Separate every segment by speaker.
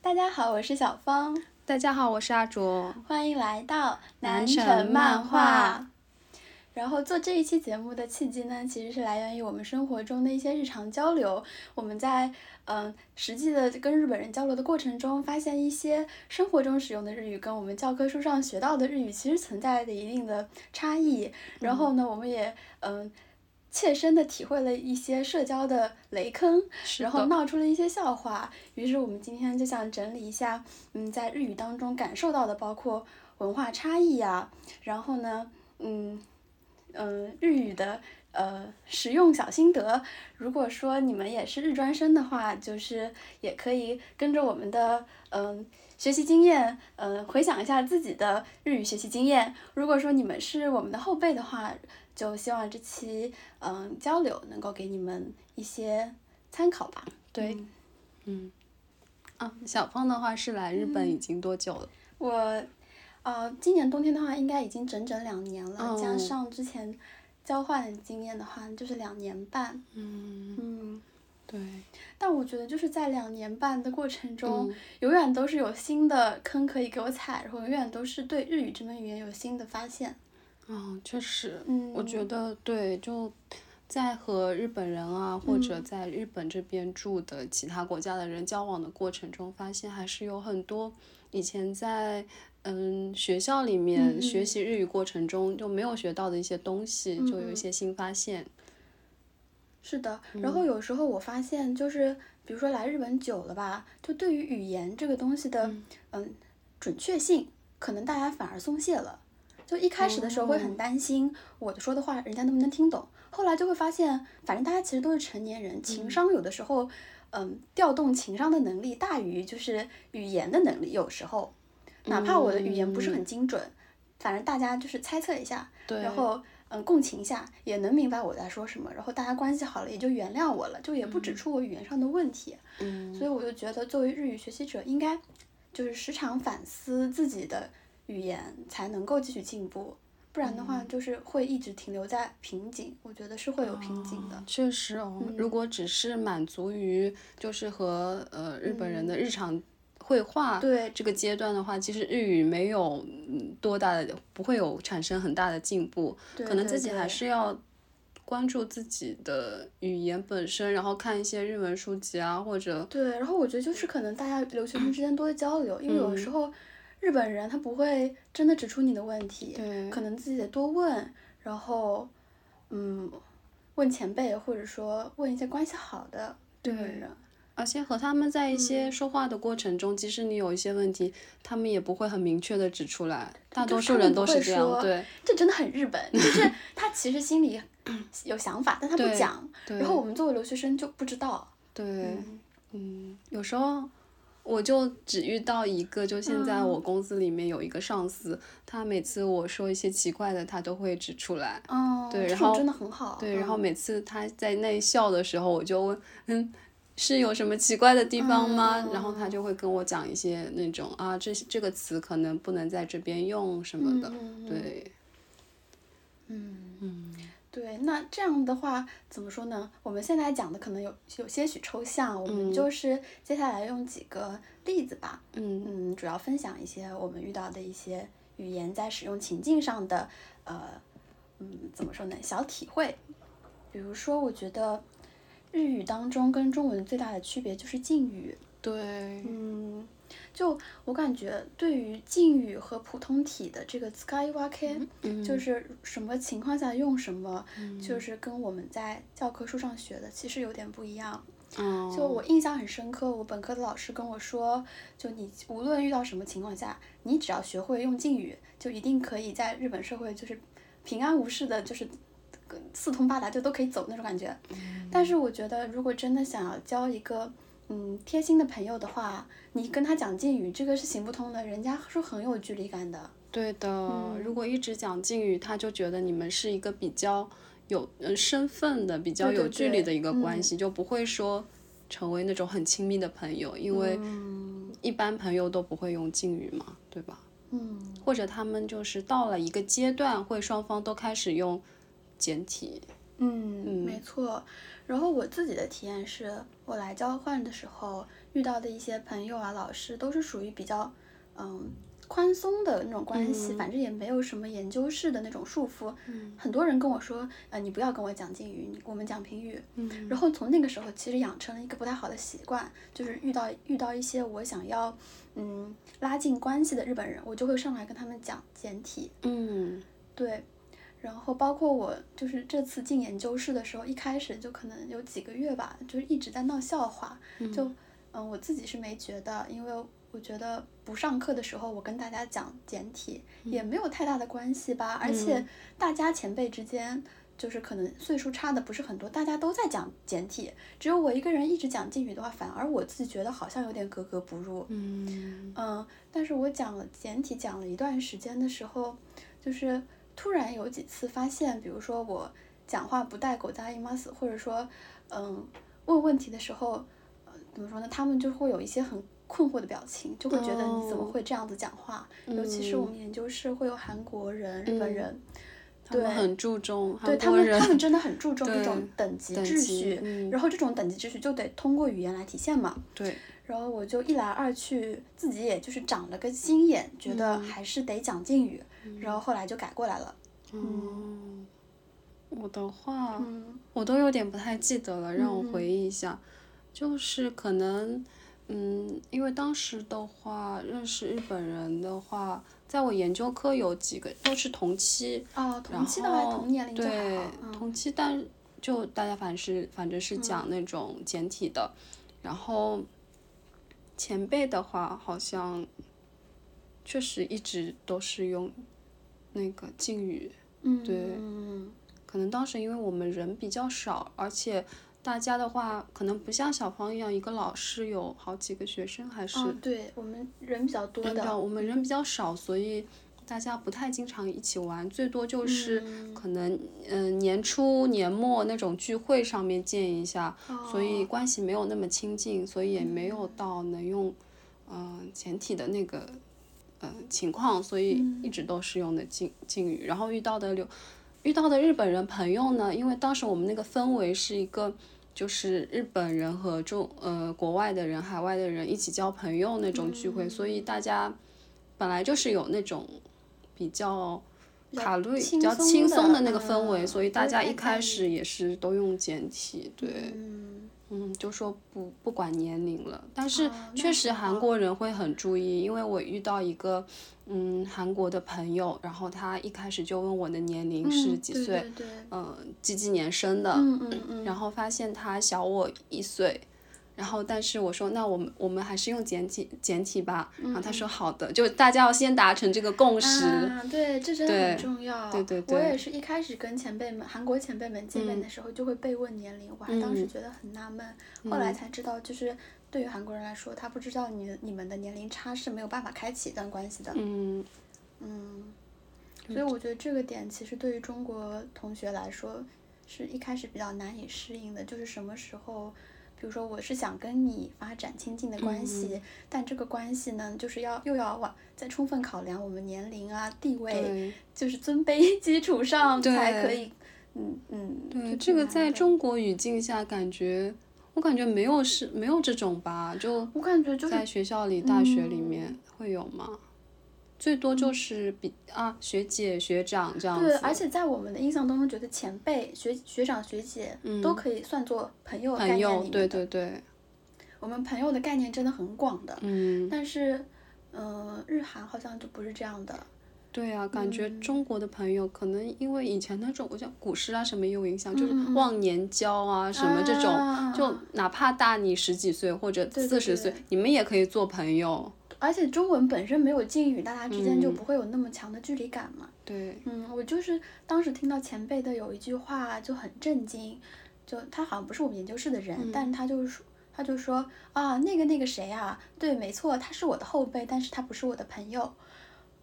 Speaker 1: 大家好，我是小芳，
Speaker 2: 大家好，我是阿卓。
Speaker 1: 欢迎来到
Speaker 2: 南
Speaker 1: 城
Speaker 2: 城漫
Speaker 1: 画
Speaker 2: 画。
Speaker 1: 然后做这一期节目的契机呢，其实是来源于我们生活中的一些日常交流。我们在嗯、呃实际的跟日本人交流的过程中，发现一些生活中使用的日语跟我们教科书上学到的日语其实存在着一定的差
Speaker 2: 嗯
Speaker 1: 异。然后呢，我们也嗯、呃切身的体会了一些社交的雷坑，然后
Speaker 2: 的
Speaker 1: 闹出了一些笑话。于是我们今天就想整理一下，嗯，在日语当中感受到的包括文化差异啊，然后呢，嗯嗯、呃日语的呃实用小心得。如果说你们也是日专生的话，就是也可以跟着我们的嗯。学习经验，嗯、回想一下自己的日语学习经验。如果说你们是我们的后辈的话，就希望这期嗯、交流能够给你们一些参考吧。
Speaker 2: 对，嗯，啊，小芳的话是来日本已经多久了？
Speaker 1: 我，呃，今年冬天的话，应该已经整整两年了，
Speaker 2: 哦
Speaker 1: 加上之前交换经验的话，就是两年半。
Speaker 2: 嗯，
Speaker 1: 嗯，
Speaker 2: 对，
Speaker 1: 但我觉得就是在两年半的过程
Speaker 2: 嗯
Speaker 1: 中，永远都是有新的坑可以给我踩，然后永远都是对日语这门语言有新的发现。
Speaker 2: 嗯，确实，
Speaker 1: 嗯，
Speaker 2: 我觉得对，就在和日本人啊，或者
Speaker 1: 嗯
Speaker 2: 在日本这边住的其他国家的人交往的过程中，发现还是有很多以前在嗯学校里面
Speaker 1: 嗯
Speaker 2: 学
Speaker 1: 嗯
Speaker 2: 习日语过程中就没有学到的一些东西，就有
Speaker 1: 嗯嗯
Speaker 2: 一些新发现。
Speaker 1: 是的，然后有时候我发现，就是比如说来日本久了吧，就对于语言这个东西的，嗯准确性，可能大家反而松懈了。就一开始的时候会很担心我的说的话人家能不能听懂，后来就会发现，反正大家其实都是成年人，情商有的时候，嗯，调动情商的能力大于就是语言的能力，有时候，哪怕我的语言不是很精准，反正大家就是猜测一下，
Speaker 2: 对，
Speaker 1: 然后嗯共情一下，也能明白我在说什么，然后大家关系好了也就原谅我了，就也不指出我语言上的问题。
Speaker 2: 嗯，
Speaker 1: 所以我就觉得，作为日语学习者，应该就是时常反思自己的语言，才能够继续进步。不然的话，
Speaker 2: 嗯
Speaker 1: 就是会一直停留在瓶颈，我觉得是会有瓶颈的
Speaker 2: 哦。确实哦，
Speaker 1: 嗯
Speaker 2: 如果只是满足于就是和呃日本人的日常绘画、
Speaker 1: 嗯对
Speaker 2: 这个阶段的话，其实日语没有嗯多大的，不会有产生很大的进步，
Speaker 1: 对
Speaker 2: 可能
Speaker 1: 对
Speaker 2: 自己
Speaker 1: 对
Speaker 2: 还是要。关注自己的语言本身，然后看一些日文书籍啊，或者
Speaker 1: 对，然后我觉得就是可能大家留学生之间多交流，因为有
Speaker 2: 嗯
Speaker 1: 时候日本人他不会真的指出你的问题，
Speaker 2: 对
Speaker 1: 可能自己得多问，然后嗯，问前辈或者说问一些关系好的日本人，
Speaker 2: 而且和他们在一
Speaker 1: 嗯
Speaker 2: 些说话的过程中，即使你有一些问题，他们也不会很明确的指出来，大
Speaker 1: 就
Speaker 2: 多
Speaker 1: 是
Speaker 2: 数
Speaker 1: 他们
Speaker 2: 人
Speaker 1: 不
Speaker 2: 都
Speaker 1: 会
Speaker 2: 是这
Speaker 1: 说
Speaker 2: 样，对
Speaker 1: 这真的很日 本，就是他其实心里有想法，但他不
Speaker 2: 对
Speaker 1: 讲，
Speaker 2: 对。
Speaker 1: 然后我们作为留学生就不知道，
Speaker 2: 对，嗯，有时候我就只遇到一个，就现在
Speaker 1: 嗯
Speaker 2: 我公司里面有一个上司，他每次我说一些奇怪的，他都会指出来。
Speaker 1: 嗯，这
Speaker 2: 对然
Speaker 1: 种
Speaker 2: 后
Speaker 1: 真的很好，
Speaker 2: 对，然
Speaker 1: 嗯
Speaker 2: 后每次他在那笑的时候，我就问，嗯，是有什么奇怪的地方吗？
Speaker 1: 嗯
Speaker 2: 然后他就会跟我讲一些那种啊，这这个词可能不能在这边用什么的。
Speaker 1: 嗯嗯嗯
Speaker 2: 对，
Speaker 1: 对，那这样的话怎么说呢？我们现在讲的可能有有些许抽象，我们
Speaker 2: 嗯
Speaker 1: 就是接下来用几个例子吧，
Speaker 2: 嗯
Speaker 1: 嗯，主要分享一些我们遇到的一些语言在使用情境上的呃，嗯，怎么说呢？小体会。比如说，我觉得日语当中跟中文最大的区别就是敬语，
Speaker 2: 对，
Speaker 1: 嗯，就我感觉，对于敬语和普通体的这个 sky w a k
Speaker 2: 嗯
Speaker 1: 就是什么情况下用什么，就是跟我们在教科书上学的其实有点不一样。
Speaker 2: 嗯，
Speaker 1: 就我印象很深刻，我本科的老师跟我说，就你无论遇到什么情况下，你只要学会用敬语，就一定可以在日本社会就是平安无事的，就是呃四通八达就都可以走那种感觉。但是我觉得，如果真的想要交一个嗯贴心的朋友的话，你跟他讲敬语，这个是行不通的，人家是很有距离感的。
Speaker 2: 对的，如
Speaker 1: 嗯
Speaker 2: 果一直讲敬语，他就觉得你们是一个比较有嗯身份的、比较
Speaker 1: 对对
Speaker 2: 有距
Speaker 1: 对
Speaker 2: 离
Speaker 1: 嗯
Speaker 2: 的一个关系，就不会说成为那种很亲密的朋友，因为一般朋友都不会用敬语嘛，对吧？
Speaker 1: 嗯，
Speaker 2: 或者他们就是到了一个阶段，会双方都开始用简体。嗯
Speaker 1: 嗯，没错。然后我自己的体验是，我来交换的时候遇到的一些朋友啊、老师都是属于比较嗯宽松的那种关系，
Speaker 2: 嗯
Speaker 1: 反正也没有什么研究式的那种束缚。
Speaker 2: 嗯
Speaker 1: 很多人跟我说，呃，你不要跟我讲敬语，你我们讲评语。
Speaker 2: 嗯
Speaker 1: 然后从那个时候，其实养成了一个不太好的习惯，就是遇到遇到一些我想要嗯拉近关系的日本人，我就会上来跟他们讲简体。
Speaker 2: 嗯
Speaker 1: 对，然后包括我就是这次进研究室的时候，一开始就可能有几个月吧，就是一直在闹笑话。就嗯、我自己是没觉得，因为我觉得不上课的时候，我跟大家讲简体、也没有太大的关系吧，而且
Speaker 2: 嗯
Speaker 1: 大家前辈之间。就是可能岁数差的不是很多，大家都在讲简体，只有我一个人一直讲敬语的话，反而我自己觉得好像有点格格不入。
Speaker 2: 嗯
Speaker 1: 嗯，但是我讲了简体讲了一段时间的时候，就是突然有几次发现，比如说我讲话不带狗杂音 m a s 或者说嗯问问题的时候，呃怎么说呢？他们就会有一些很困惑的表情，就会觉得你怎么
Speaker 2: 哦
Speaker 1: 会这样子讲话？尤其是我们研究室会有韩国人、日本
Speaker 2: 嗯
Speaker 1: 人，
Speaker 2: 他们
Speaker 1: 对
Speaker 2: 很注重
Speaker 1: 对
Speaker 2: 韩
Speaker 1: 他
Speaker 2: 国
Speaker 1: 们
Speaker 2: 人，
Speaker 1: 他们真的很注重这
Speaker 2: 对
Speaker 1: 种等级
Speaker 2: 等
Speaker 1: 秩
Speaker 2: 级
Speaker 1: 序，
Speaker 2: 嗯
Speaker 1: 然后这种等级秩序就得通过语言来体现嘛。
Speaker 2: 对，
Speaker 1: 然后我就一来二去，自己也就是长了个心眼，觉得
Speaker 2: 嗯
Speaker 1: 还是得讲敬语，然后后来就改过来了。
Speaker 2: 哦，我的话，
Speaker 1: 嗯
Speaker 2: 我都有点不太记得了，让我
Speaker 1: 嗯嗯
Speaker 2: 回忆一下，就是可能，嗯，因为当时的话，认识日本人的话，在我研究科有几个都是同期，
Speaker 1: 哦，
Speaker 2: 然
Speaker 1: 同期的话，
Speaker 2: 后
Speaker 1: 同年龄就还
Speaker 2: 对
Speaker 1: 好。嗯
Speaker 2: 同期，但就大家反是反正是讲那种简体的，然后前辈的话好像确实一直都是用那个敬语。
Speaker 1: 嗯，
Speaker 2: 对
Speaker 1: 嗯
Speaker 2: 可能当时因为我们人比较少，而且大家的话可能不像小芳一样，一个老师有好几个学生，还是
Speaker 1: 哦，对我们人比较多
Speaker 2: 对
Speaker 1: 的，
Speaker 2: 我们人比较少，所以大家不太经常一起玩，最多就是
Speaker 1: 嗯
Speaker 2: 可能嗯、呃年初年末那种聚会上面见一下，所以
Speaker 1: 哦
Speaker 2: 关系没有那么亲近，所以也没有到能用嗯、呃简体的那个呃情况，所以
Speaker 1: 嗯
Speaker 2: 一直都是用的敬敬语。然后遇到的留遇到的日本人朋友呢，因为当时我们那个氛围是一个。就是日本人和中呃国外的人、海外的人一起交朋友那种聚会，所
Speaker 1: 嗯
Speaker 2: 以大家本来就是有那种比较卡路里比较轻松的那个氛围，
Speaker 1: 嗯
Speaker 2: 所以大
Speaker 1: 不会
Speaker 2: 家
Speaker 1: 太
Speaker 2: 一开
Speaker 1: 在意
Speaker 2: 始也是都用简体，对，
Speaker 1: 嗯
Speaker 2: 嗯，就说不不管年龄了，但是
Speaker 1: 哦那
Speaker 2: 确实
Speaker 1: 很好
Speaker 2: 韩国人会很注意，因为我遇到一个嗯韩国的朋友，然后他一开始就问我的年龄是
Speaker 1: 嗯
Speaker 2: 几
Speaker 1: 对
Speaker 2: 岁，
Speaker 1: 对对，
Speaker 2: 嗯、几几年生的，
Speaker 1: 嗯嗯嗯，
Speaker 2: 然后发现他小我一岁，然后但是我说那我们我们还是用简体简体吧，
Speaker 1: 嗯
Speaker 2: 然后他说好的，就大家要先达成这个共识，
Speaker 1: 啊，对，这真的很
Speaker 2: 对
Speaker 1: 重要。
Speaker 2: 对对
Speaker 1: 我
Speaker 2: 对
Speaker 1: 也是一开始跟前辈们、韩国前辈们见面的时候，就会被问年龄，我还当时
Speaker 2: 嗯
Speaker 1: 觉得很纳闷，后来才知道，就是对于韩国人来说，他不知道你你们的年龄差是没有办法开启一段关系的。
Speaker 2: 嗯
Speaker 1: 嗯，所以我觉得这个点其实对于中国同学来说，是一开始比较难以适应的，就是什么时候。比如说，我是想跟你发展亲近的
Speaker 2: 嗯
Speaker 1: 关系，但这个关系呢，就是要又要往再充分考量我们年龄啊、地位
Speaker 2: 对。
Speaker 1: 就是尊卑 基础上
Speaker 2: 对
Speaker 1: 才可以，嗯嗯，
Speaker 2: 对，
Speaker 1: 就
Speaker 2: 这
Speaker 1: 挺
Speaker 2: 个
Speaker 1: 难
Speaker 2: 在
Speaker 1: 的，
Speaker 2: 中国语境下，感觉我感觉没有是没有这种吧，就
Speaker 1: 我感觉就是嗯
Speaker 2: 在学校里、大学里面会有吗？最多就是比啊学姐、学长这样
Speaker 1: 对，
Speaker 2: 子，
Speaker 1: 而且在我们的印象当中，觉得前辈、学学长、学姐、
Speaker 2: 嗯
Speaker 1: 都可以算作朋友的概
Speaker 2: 朋
Speaker 1: 念
Speaker 2: 友，
Speaker 1: 里面
Speaker 2: 对
Speaker 1: 的
Speaker 2: 对对，
Speaker 1: 我们朋友的概念真的很广的，
Speaker 2: 嗯，
Speaker 1: 但是，呃，日韩好像就不是这样的，
Speaker 2: 对啊，感觉
Speaker 1: 嗯
Speaker 2: 中国的朋友可能因为以前那种，我想股市啊什么也有影响，就是
Speaker 1: 嗯嗯嗯
Speaker 2: 忘年交啊什么这种，
Speaker 1: 啊
Speaker 2: 就哪怕大你十几岁或者
Speaker 1: 对对
Speaker 2: 四十岁，你们也可以做朋友，
Speaker 1: 而且中文本身没有敬语，大家之
Speaker 2: 嗯
Speaker 1: 间就不会有那么强的距离感嘛。
Speaker 2: 对，
Speaker 1: 嗯，我就是当时听到前辈的有一句话就很震惊，就他好像不是我们研究室的人，
Speaker 2: 嗯
Speaker 1: 但是他就是说。他就说啊，那个那个谁啊，对，没错，他是我的后辈，但是他不是我的朋友。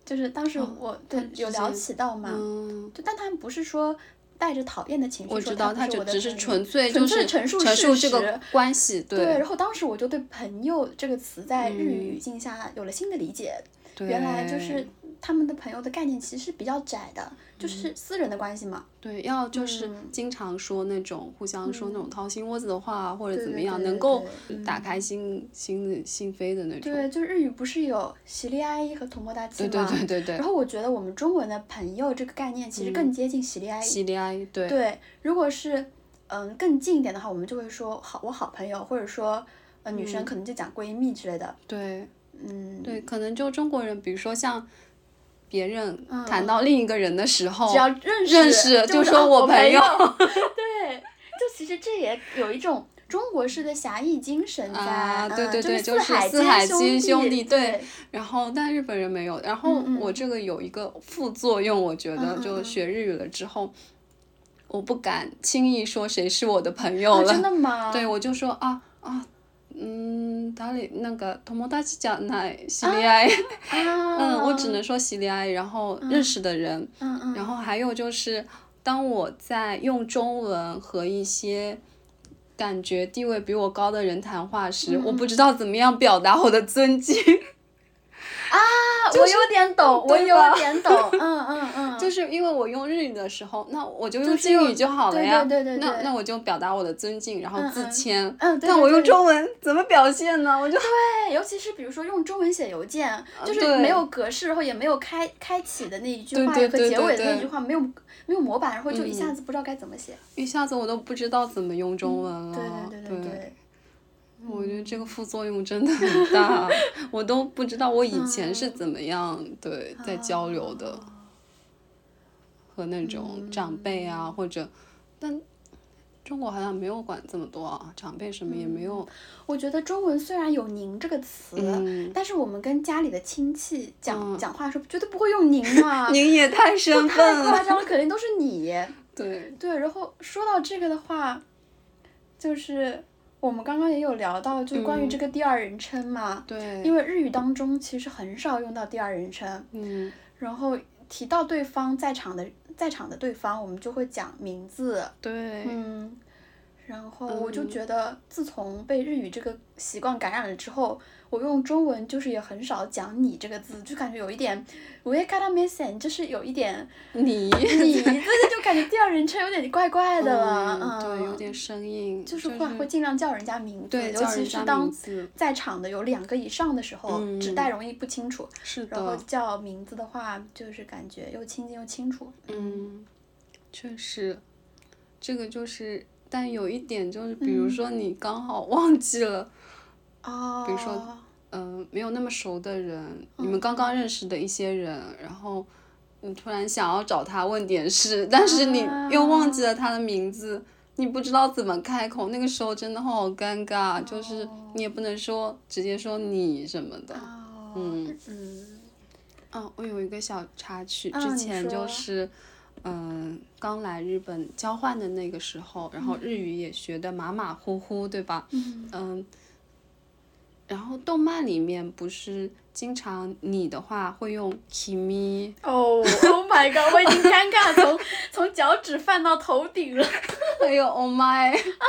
Speaker 1: 就是当时
Speaker 2: 哦
Speaker 1: 我、对
Speaker 2: 直
Speaker 1: 有聊
Speaker 2: 接
Speaker 1: 起到嘛，
Speaker 2: 嗯。
Speaker 1: 就但他们不是说带着讨厌的情绪说
Speaker 2: 我知道，
Speaker 1: 他
Speaker 2: 他
Speaker 1: 不是
Speaker 2: 就
Speaker 1: 我的
Speaker 2: 只是
Speaker 1: 朋友
Speaker 2: 纯粹
Speaker 1: 纯
Speaker 2: 就
Speaker 1: 粹
Speaker 2: 是
Speaker 1: 陈述
Speaker 2: 陈
Speaker 1: 事
Speaker 2: 述这
Speaker 1: 实
Speaker 2: 个关系，
Speaker 1: 对，
Speaker 2: 对嗯
Speaker 1: 然后当时我就对“朋友”这个词在日语语境下有了新的理解，
Speaker 2: 对
Speaker 1: 原来就是他们的朋友的概念其实是比较窄的，
Speaker 2: 嗯
Speaker 1: 就是私人的关系嘛。
Speaker 2: 对，要就是
Speaker 1: 嗯
Speaker 2: 经常说那种、互相说那种掏心窝子的话，或者
Speaker 1: 对
Speaker 2: 怎么
Speaker 1: 对
Speaker 2: 样，
Speaker 1: 对
Speaker 2: 能
Speaker 1: 对
Speaker 2: 够
Speaker 1: 对嗯
Speaker 2: 打开心心的心扉的那种。
Speaker 1: 对，就是日语不是有喜利哀伊和同莫大气
Speaker 2: 对
Speaker 1: 吗？
Speaker 2: 对对对
Speaker 1: 然
Speaker 2: 对，
Speaker 1: 后我觉得我们中文的朋友这个概念其实更接近喜利哀伊。
Speaker 2: 嗯喜力爱对
Speaker 1: 对，如果是嗯更近一点的话，我们就会说好我好朋友，或者说呃女生可能就讲闺蜜之类的。
Speaker 2: 对
Speaker 1: 嗯，
Speaker 2: 嗯对，可能就中国人，比如说像别人
Speaker 1: 嗯
Speaker 2: 谈到另一个人的时候
Speaker 1: 只，要认识
Speaker 2: 哦认识
Speaker 1: 就
Speaker 2: 就
Speaker 1: 会
Speaker 2: 说
Speaker 1: 啊
Speaker 2: 我
Speaker 1: 我
Speaker 2: 朋
Speaker 1: 友
Speaker 2: 友。
Speaker 1: 对，就其实这也有一种中国式的侠义精神在。
Speaker 2: 啊对对对
Speaker 1: 嗯、
Speaker 2: 就是
Speaker 1: 四海
Speaker 2: 四海皆兄
Speaker 1: 兄
Speaker 2: 弟对
Speaker 1: 对，
Speaker 2: 然后但日本人没有。然后
Speaker 1: 嗯嗯
Speaker 2: 我这个有一个副作用，我觉
Speaker 1: 嗯
Speaker 2: 得
Speaker 1: 嗯
Speaker 2: 就
Speaker 1: 嗯
Speaker 2: 学日语了之后，我不敢轻易说谁是我的朋
Speaker 1: 哦
Speaker 2: 友了
Speaker 1: 真。的吗？
Speaker 2: 对，我就说啊啊，嗯，哪里那个友達じゃない知り合い，
Speaker 1: 啊，
Speaker 2: 嗯，我只能说知り合い，然后认识的人，
Speaker 1: 嗯嗯，
Speaker 2: 然后还有就是，当我在用中文和一些。感觉地位比我高的人谈话时，
Speaker 1: 嗯
Speaker 2: 我不知道怎么样表达我的尊敬，
Speaker 1: 啊我有点懂，我
Speaker 2: 对
Speaker 1: 有
Speaker 2: 吧
Speaker 1: 点懂，嗯嗯嗯，
Speaker 2: 就是因为我用日语的时候，那我就
Speaker 1: 就
Speaker 2: 用
Speaker 1: 是
Speaker 2: 敬
Speaker 1: 用
Speaker 2: 语就好了
Speaker 1: 对
Speaker 2: 呀。
Speaker 1: 对对对
Speaker 2: 那
Speaker 1: 对
Speaker 2: 那我就表达我的尊敬，然后
Speaker 1: 嗯
Speaker 2: 自
Speaker 1: 嗯
Speaker 2: 谦。
Speaker 1: 嗯，对
Speaker 2: 但
Speaker 1: 对
Speaker 2: 我用
Speaker 1: 对
Speaker 2: 中文怎么表现呢？我就
Speaker 1: 对，尤其是比如说用中文写邮件，就是
Speaker 2: 啊对
Speaker 1: 没有格式，然后也没有开开启的那一句
Speaker 2: 对
Speaker 1: 话
Speaker 2: 对
Speaker 1: 和
Speaker 2: 对
Speaker 1: 结
Speaker 2: 对
Speaker 1: 尾的那
Speaker 2: 对
Speaker 1: 句话，没有没有模板，然后就一下
Speaker 2: 嗯
Speaker 1: 子不知道该怎么写。
Speaker 2: 一下子我都不知道怎么用中文了。
Speaker 1: 嗯对对
Speaker 2: 哦
Speaker 1: 对嗯对对，
Speaker 2: 我觉得这个副作用真的 很大，我都不知道我以前是
Speaker 1: 嗯
Speaker 2: 怎么样、对在交流的，
Speaker 1: 啊
Speaker 2: 和那
Speaker 1: 嗯
Speaker 2: 种长辈啊、或者，但中国好像没有管这么多啊，长辈什么也没
Speaker 1: 嗯
Speaker 2: 有。
Speaker 1: 我觉得中文虽然有“您”这个词，
Speaker 2: 嗯
Speaker 1: 但是我们跟家里的亲戚讲、
Speaker 2: 嗯，
Speaker 1: 讲话的时候，绝对不会用“您”嘛
Speaker 2: 嗯您也太生
Speaker 1: 太
Speaker 2: 分
Speaker 1: 夸
Speaker 2: 了。
Speaker 1: 张了，肯定都是你。
Speaker 2: 对，
Speaker 1: 对，然后说到这个的话，就是我们刚刚也有聊到，就是关于这个第二人称嘛，
Speaker 2: 嗯对，
Speaker 1: 因为日语当中其实很少用到第二人称，
Speaker 2: 嗯，
Speaker 1: 然后提到对方在场的在场的对方，我们就会讲名字，
Speaker 2: 对，嗯
Speaker 1: 嗯，然后我就觉得自从被日语这个习惯感染了之后，我用中文就是也很少讲你这个字，就感觉有一点我也 got a message，就是有一 点
Speaker 2: 你，
Speaker 1: 你，对对，就感觉第二人称有点怪怪的了，
Speaker 2: 嗯，对，有
Speaker 1: 嗯，
Speaker 2: 点生硬，
Speaker 1: 就是会会
Speaker 2: 会
Speaker 1: 尽量叫人家名字，
Speaker 2: 对
Speaker 1: 尤
Speaker 2: 叫
Speaker 1: 其
Speaker 2: 人
Speaker 1: 是
Speaker 2: 家
Speaker 1: 当
Speaker 2: 名字，
Speaker 1: 在场的有两个以上的时候，
Speaker 2: 嗯
Speaker 1: 指代容易不清楚，
Speaker 2: 是的，
Speaker 1: 然后叫名字的话，就是感觉又亲近又清楚。
Speaker 2: 嗯，确实，这个就是，但有一点就是，比如说你刚好 忘记了，
Speaker 1: 哦，
Speaker 2: 比如说，嗯、没有那么熟的人，你们刚刚认识的一些人，然后你突然想要找他问点事，但是你又忘记了他的名字，你不知道怎么开口，那个时候真的好尴尬，就是你也不能说直接说你什么的。
Speaker 1: 哦，嗯嗯
Speaker 2: 嗯，我有一个小插曲，
Speaker 1: 啊
Speaker 2: 之
Speaker 1: 你
Speaker 2: 前
Speaker 1: 说
Speaker 2: 就是，嗯，刚来日本交换的那个时候，然后日语也学的马马虎虎，对吧？
Speaker 1: 嗯
Speaker 2: 嗯，然后动漫里面不是经常你的话会用 kimi，
Speaker 1: 哦，Oh my god！我已经尴尬从从脚趾翻到头顶了，
Speaker 2: 还有 oh my，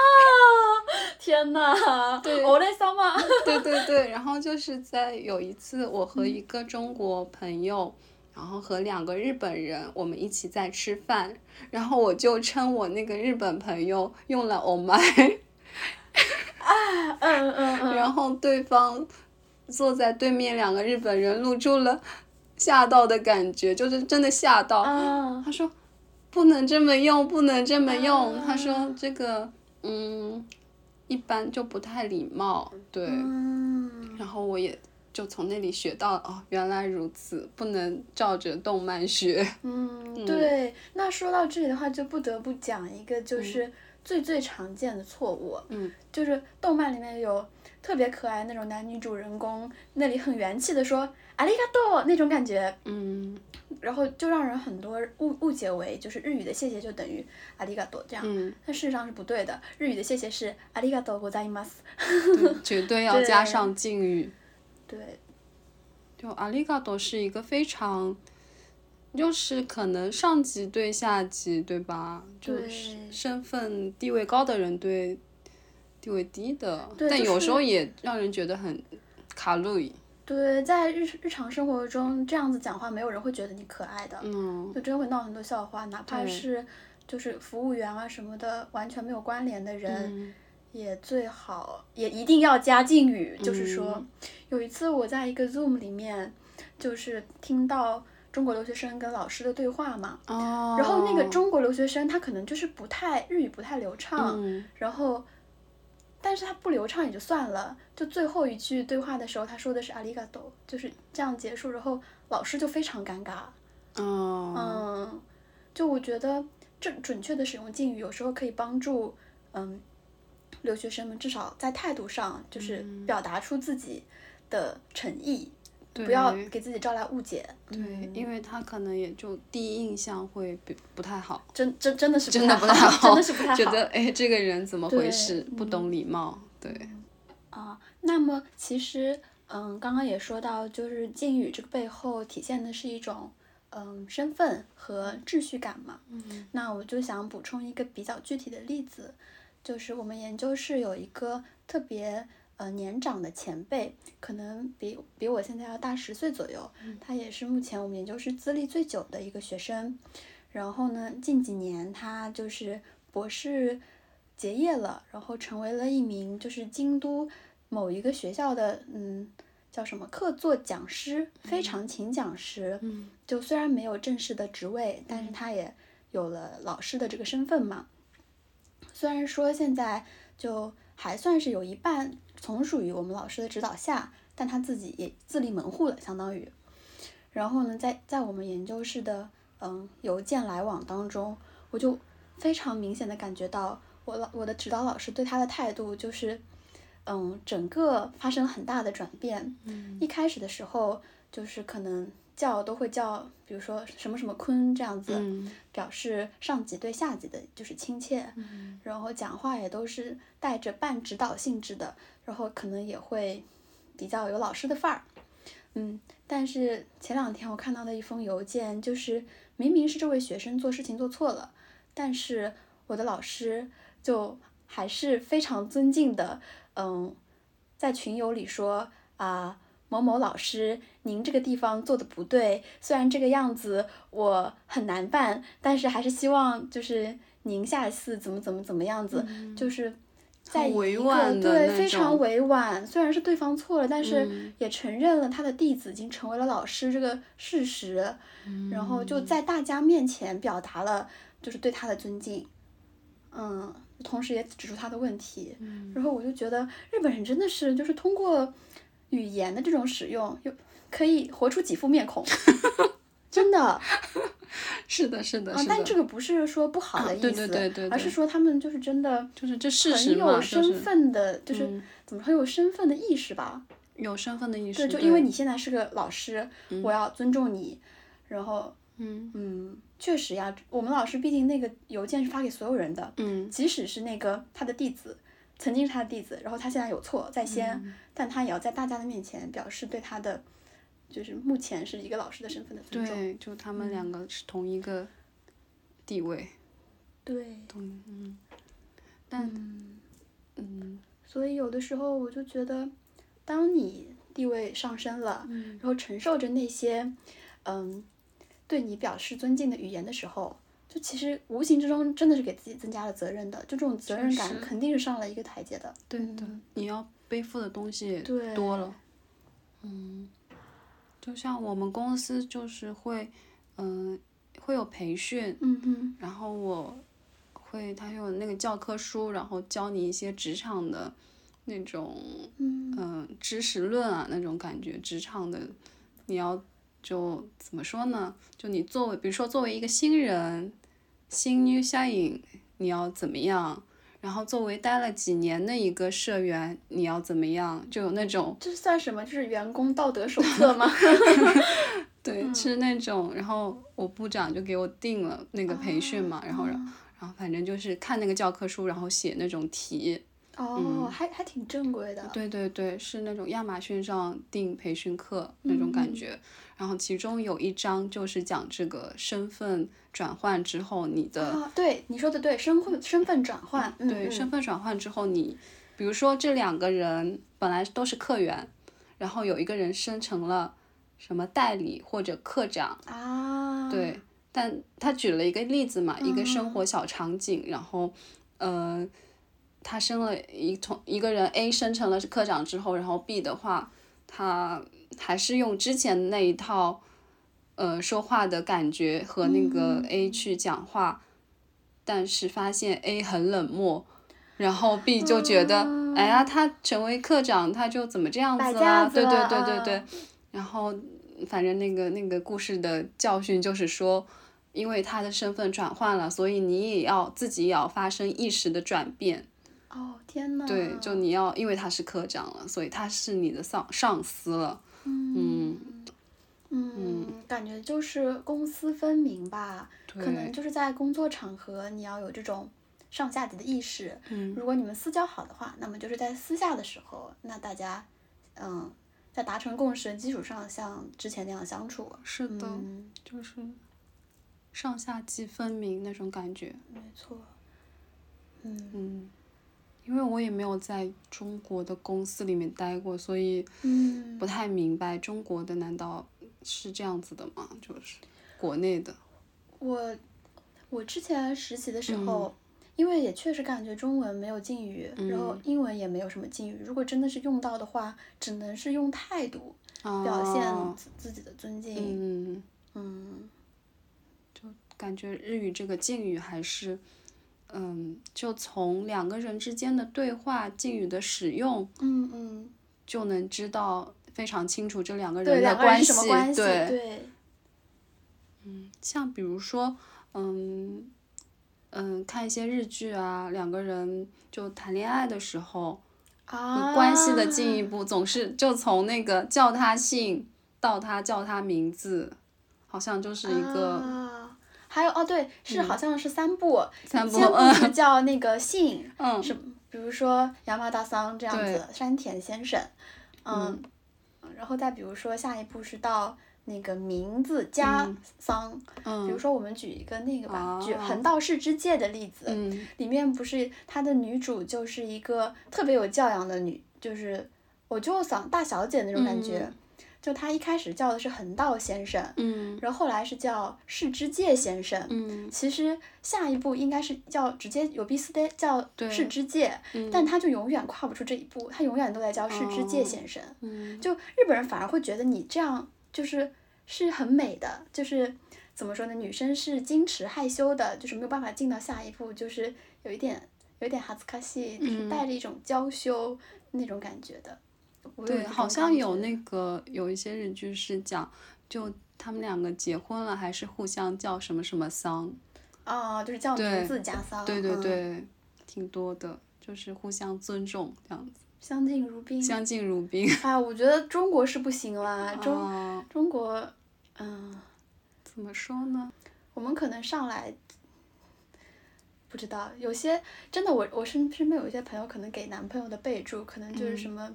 Speaker 1: 天哪！
Speaker 2: 对
Speaker 1: 我嘞桑嘛，
Speaker 2: 对对对，然后就是在有一次，我和一个中国朋友，然后和两个日本人，我们一起在吃饭，然后我就称我那个日本朋友用了 oh my。
Speaker 1: 嗯 嗯嗯，
Speaker 2: 然后对方坐在对面两个日本人露出了吓到的感觉，就是真的吓到。
Speaker 1: 啊
Speaker 2: 他说不能这么用，不能这么用。
Speaker 1: 啊
Speaker 2: 他说这个嗯，一般就不太礼貌，对。
Speaker 1: 嗯，
Speaker 2: 然后我也就从那里学到了哦，原来如此，不能照着动漫学。
Speaker 1: 嗯，对。那说到这里的话，就不得不讲一个就是最最常见的错误，
Speaker 2: 嗯，
Speaker 1: 就是动漫里面有特别可爱那种男女主人公，那里很元气的说“阿里嘎多”那种感觉，
Speaker 2: 嗯
Speaker 1: 然后就让人很多误误解为就是日语的谢谢就等于“阿里嘎多”这样，
Speaker 2: 嗯，
Speaker 1: 但事实上是不对的。日语的谢谢是“阿里嘎多ございます
Speaker 2: 对绝对要加
Speaker 1: 对
Speaker 2: 上敬语。”。
Speaker 1: 对，
Speaker 2: 就阿里嘎多是一个非常，就是可能上级对下级，对吧？就是
Speaker 1: 对
Speaker 2: 身份地位高的人对地位低的，
Speaker 1: 对
Speaker 2: 但
Speaker 1: 就
Speaker 2: 有
Speaker 1: 是
Speaker 2: 时候也让人觉得很卡路里。
Speaker 1: 对，在日日常生活中这样子讲话，没有人会觉得你可爱的，
Speaker 2: 嗯，
Speaker 1: 就真会闹很多笑话，哪怕
Speaker 2: 对
Speaker 1: 是就是服务员啊什么的，完全没有关联的人，
Speaker 2: 嗯
Speaker 1: 也最好也一定要加敬语，就是说
Speaker 2: 嗯，
Speaker 1: 有一次我在一个 Zoom 里面，就是听到中国留学生跟老师的对话嘛，
Speaker 2: 哦，
Speaker 1: 然后那个中国留学生他可能就是不太日语不太流畅，
Speaker 2: 嗯
Speaker 1: 然后。但是他不流畅也就算了，就最后一句对话的时候，他说的是阿里嘎多，就是这样结束，然后老师就非常尴尬。
Speaker 2: 哦，
Speaker 1: 嗯，就我觉得这准确的使用敬语，有时候可以帮助嗯留学生们至少在态度上就是表达出自己的诚意，
Speaker 2: 嗯对
Speaker 1: 不要嗯给自己招来误解。
Speaker 2: 对，因为他可能也就第一印象会不不太好，
Speaker 1: 嗯真真真的是
Speaker 2: 真
Speaker 1: 的
Speaker 2: 的不太好，
Speaker 1: 真的是不太好。
Speaker 2: 觉得哎这个人怎么回
Speaker 1: 对
Speaker 2: 事，不懂礼貌，对，
Speaker 1: 啊，那么其实，嗯，刚刚也说到，就是敬语这个背后体现的是一种，嗯，身份和秩序感嘛。嗯，那我就想补充一个比较具体的例子，就是我们研究室有一个特别。呃，年长的前辈可能比比我现在要大十岁左右，他也是目前我们研究室资历最久的一个学生。然后呢，近几年他就是博士结业了，然后成为了一名就是京都某一个学校的嗯叫什么客座讲师，非常勤讲师。
Speaker 2: 嗯，
Speaker 1: 就虽然没有正式的职位，但是他也有了老师的这个身份嘛。虽然说现在就还算是有一半从属于我们老师的指导下，但他自己也自立门户了，相当于。然后呢，在在我们研究室的嗯邮件来往当中，我就非常明显的感觉到我老我的指导老师对他的态度就是，嗯，整个发生了很大的转变。
Speaker 2: 嗯
Speaker 1: 一开始的时候，就是可能叫都会叫，比如说什么什么坤这样子，
Speaker 2: 嗯
Speaker 1: 表示上级对下级的就是亲切，
Speaker 2: 嗯
Speaker 1: 然后讲话也都是带着半指导性质的，然后可能也会比较有老师的范儿。嗯，但是前两天我看到的一封邮件，就是明明是这位学生做事情做错了，但是我的老师就还是非常尊敬的，嗯，在群友里说啊。某某老师，您这个地方做的不对，虽然这个样子我很难办，但是还是希望就是您下一次怎么怎么怎么样子，就是在
Speaker 2: 嗯很
Speaker 1: 一
Speaker 2: 委
Speaker 1: 个
Speaker 2: 婉的
Speaker 1: 对
Speaker 2: 那
Speaker 1: 非常
Speaker 2: 种
Speaker 1: 委婉，虽然是对方错了，但是
Speaker 2: 嗯
Speaker 1: 也承认了他的弟子已经成为了老师这个事实，
Speaker 2: 嗯
Speaker 1: 然后就在大家面前表达了就是对他的尊敬，嗯，同时也指出他的问题，
Speaker 2: 嗯
Speaker 1: 然后我就觉得日本人真的是就是通过语言的这种使用，又可以活出几副面 孔，真的。
Speaker 2: 是的，是的，
Speaker 1: 啊
Speaker 2: 是，
Speaker 1: 但这
Speaker 2: 的，
Speaker 1: 个不是说不好
Speaker 2: 啊
Speaker 1: 的意思，
Speaker 2: 对对对对
Speaker 1: 而是
Speaker 2: 对
Speaker 1: 说他们就是真的
Speaker 2: 就是这事实
Speaker 1: 很
Speaker 2: 嘛，
Speaker 1: 有
Speaker 2: 就
Speaker 1: 身
Speaker 2: 是
Speaker 1: 份的，就是
Speaker 2: 嗯
Speaker 1: 怎么很有身份的意识吧。
Speaker 2: 有身份的意识，
Speaker 1: 对，就嗯因为你现在是个老师，我要尊重你。然后，
Speaker 2: 嗯
Speaker 1: 嗯，确实呀，我们老师毕竟那个邮件是发给所有人的，
Speaker 2: 嗯
Speaker 1: 即使是那个他的弟子，曾经是他的弟子，然后他现在有错在先，
Speaker 2: 嗯
Speaker 1: 但他也要在大家的面前表示对他的，就是目前是一个老师的身份的尊重。
Speaker 2: 对，就他们
Speaker 1: 嗯
Speaker 2: 两个是同一个地位，
Speaker 1: 对，
Speaker 2: 同嗯，但嗯
Speaker 1: 所以有的时候我就觉得，当你地位上升了，
Speaker 2: 嗯
Speaker 1: 然后承受着那些，嗯，对你表示尊敬的语言的时候，就其实无形之中真的是给自己增加了责任的，就这种责任
Speaker 2: 确
Speaker 1: 感
Speaker 2: 实
Speaker 1: 肯定是上了一个台阶的。
Speaker 2: 对的
Speaker 1: 嗯，
Speaker 2: 你要背负的东西也
Speaker 1: 对
Speaker 2: 多了，嗯，就像我们公司就是会嗯会有培训，
Speaker 1: 嗯嗯
Speaker 2: 然后我会，它有那个教科书，然后教你一些职场的那种
Speaker 1: 嗯
Speaker 2: 嗯、呃知识论啊那种感觉，职场的你要就怎么说呢？就你作为，比如说作为一个新人，新 new 下影，你要怎么样？然后作为待了几年的一个社员，你要怎么样？就有那种
Speaker 1: 这算什么？这是员工道德手册 吗？
Speaker 2: 对，是那种，然后我部长就给我定了那个培训嘛，然
Speaker 1: 哦
Speaker 2: 后，然后，然后反正就是看那个教科书，然后写那种题。
Speaker 1: 哦，还还挺正规的。
Speaker 2: 嗯对对对，是那种亚马逊上订培训课
Speaker 1: 嗯
Speaker 2: 那种感觉。然后其中有一章就是讲这个身份转换之后，你的、
Speaker 1: 啊，对你说的对，身份身份转换，嗯
Speaker 2: 对
Speaker 1: 嗯
Speaker 2: 身份转换之后你，比如说这两个人本来都是客源，然后有一个人升成了什么代理或者课长，
Speaker 1: 啊，
Speaker 2: 对，但他举了一个例子嘛，一个生
Speaker 1: 嗯
Speaker 2: 活小场景，然后，呃，他升了一从一个人 A 升成了科长之后，然后 B 的话，他还是用之前那一套，呃，说话的感觉和那个
Speaker 1: 嗯
Speaker 2: A 去讲话，但是发现 A 很冷漠，然后 B 就觉得，哎呀，他成为科长他就怎么这样
Speaker 1: 啊摆
Speaker 2: 子
Speaker 1: 架
Speaker 2: 啦？
Speaker 1: 子
Speaker 2: 对对
Speaker 1: 了
Speaker 2: 对对
Speaker 1: 啊
Speaker 2: 对，然后。反正那个那个故事的教训就是说，因为他的身份转换了，所以你也要自己也要发生意识的转变。
Speaker 1: 哦天呐，
Speaker 2: 对，就你要，因为他是科长了，所以他是你的上上司了。嗯
Speaker 1: 嗯，感觉就是公私分明吧，可能
Speaker 2: 对
Speaker 1: 就是在工作场合你要有这种上下级的意识。
Speaker 2: 嗯
Speaker 1: 如果你们私交好的话，那么就是在私下的时候，那大家嗯，在达成共识的基础上，像之前那样相处。
Speaker 2: 是的，
Speaker 1: 嗯，
Speaker 2: 就是上下级分明那种感觉。
Speaker 1: 没错。嗯
Speaker 2: 嗯，因为我也没有在中国的公司里面待过，所以
Speaker 1: 嗯，
Speaker 2: 不太明白中国的难道是这样子的吗？就是国内的，
Speaker 1: 我我之前实习的时
Speaker 2: 嗯
Speaker 1: 候，因为也确实感觉中文没有敬语，然
Speaker 2: 嗯
Speaker 1: 后英文也没有什么敬语。如果真的是用到的话，只能是用态度表
Speaker 2: 哦
Speaker 1: 现自自己的尊敬。
Speaker 2: 嗯，
Speaker 1: 嗯
Speaker 2: 感觉日语这个敬语还是，嗯，就从两个人之间的对话、敬语的使用，
Speaker 1: 嗯嗯，
Speaker 2: 就能知道非常清楚这两个
Speaker 1: 对，
Speaker 2: 人的
Speaker 1: 两个人
Speaker 2: 系。
Speaker 1: 是什么关系？
Speaker 2: 对，
Speaker 1: 对，
Speaker 2: 像比如说，嗯嗯，看一些日剧啊，两个人就谈恋爱的时候，
Speaker 1: 啊，
Speaker 2: 关系的进一步总是就从那个叫他姓到他叫他名字，好像就是一个嗯
Speaker 1: 啊还有哦，对，是好像是三步，
Speaker 2: 三步
Speaker 1: 先
Speaker 2: 嗯
Speaker 1: 是叫那个姓，
Speaker 2: 嗯
Speaker 1: 是比如说亚麻大桑这样
Speaker 2: 对
Speaker 1: 子，山田先生，嗯，然后再比如说下一步是到那个名字
Speaker 2: 嗯
Speaker 1: 加桑，比如说我们举一个那个吧，举
Speaker 2: 哦
Speaker 1: 横道世之介的例子，
Speaker 2: 嗯
Speaker 1: 里面不是她的女主就是一个特别有教养的女，就是我就想大小姐那种感觉，就她一开始叫的是横道先生，
Speaker 2: 嗯
Speaker 1: 然后后来是叫世之介先生，
Speaker 2: 嗯
Speaker 1: 其实下一步应该是叫直接有 B 四 D 叫
Speaker 2: 对
Speaker 1: 世之介，
Speaker 2: 嗯
Speaker 1: 但他就永远跨不出这一步，他永远都在叫世之介先生。
Speaker 2: 嗯
Speaker 1: 就日本人反而会觉得你这样就是是很美的，就是怎么说呢？女生是矜持害羞的，就是没有办法进到下一步，就是有一点有一点哈斯卡西，就是带着
Speaker 2: 嗯
Speaker 1: 一种娇羞那种感觉的。我有
Speaker 2: 对，
Speaker 1: 这种
Speaker 2: 好像有
Speaker 1: 感觉
Speaker 2: 那个有一些日剧是讲，就他们两个结婚了，还是互相叫什么什么桑，
Speaker 1: 啊、就是叫
Speaker 2: 对
Speaker 1: 名字加桑，
Speaker 2: 对对
Speaker 1: 嗯，
Speaker 2: 对，挺多的，就是互相尊重这样子，
Speaker 1: 相敬如宾。
Speaker 2: 相敬如宾。
Speaker 1: 哎，我觉得中国是不行啦，中
Speaker 2: 啊，
Speaker 1: 中国，嗯，
Speaker 2: 怎么说呢？
Speaker 1: 我们可能上来不知道，有些真的我，我身身边有一些朋友可能给男朋友的备注可能就是什么。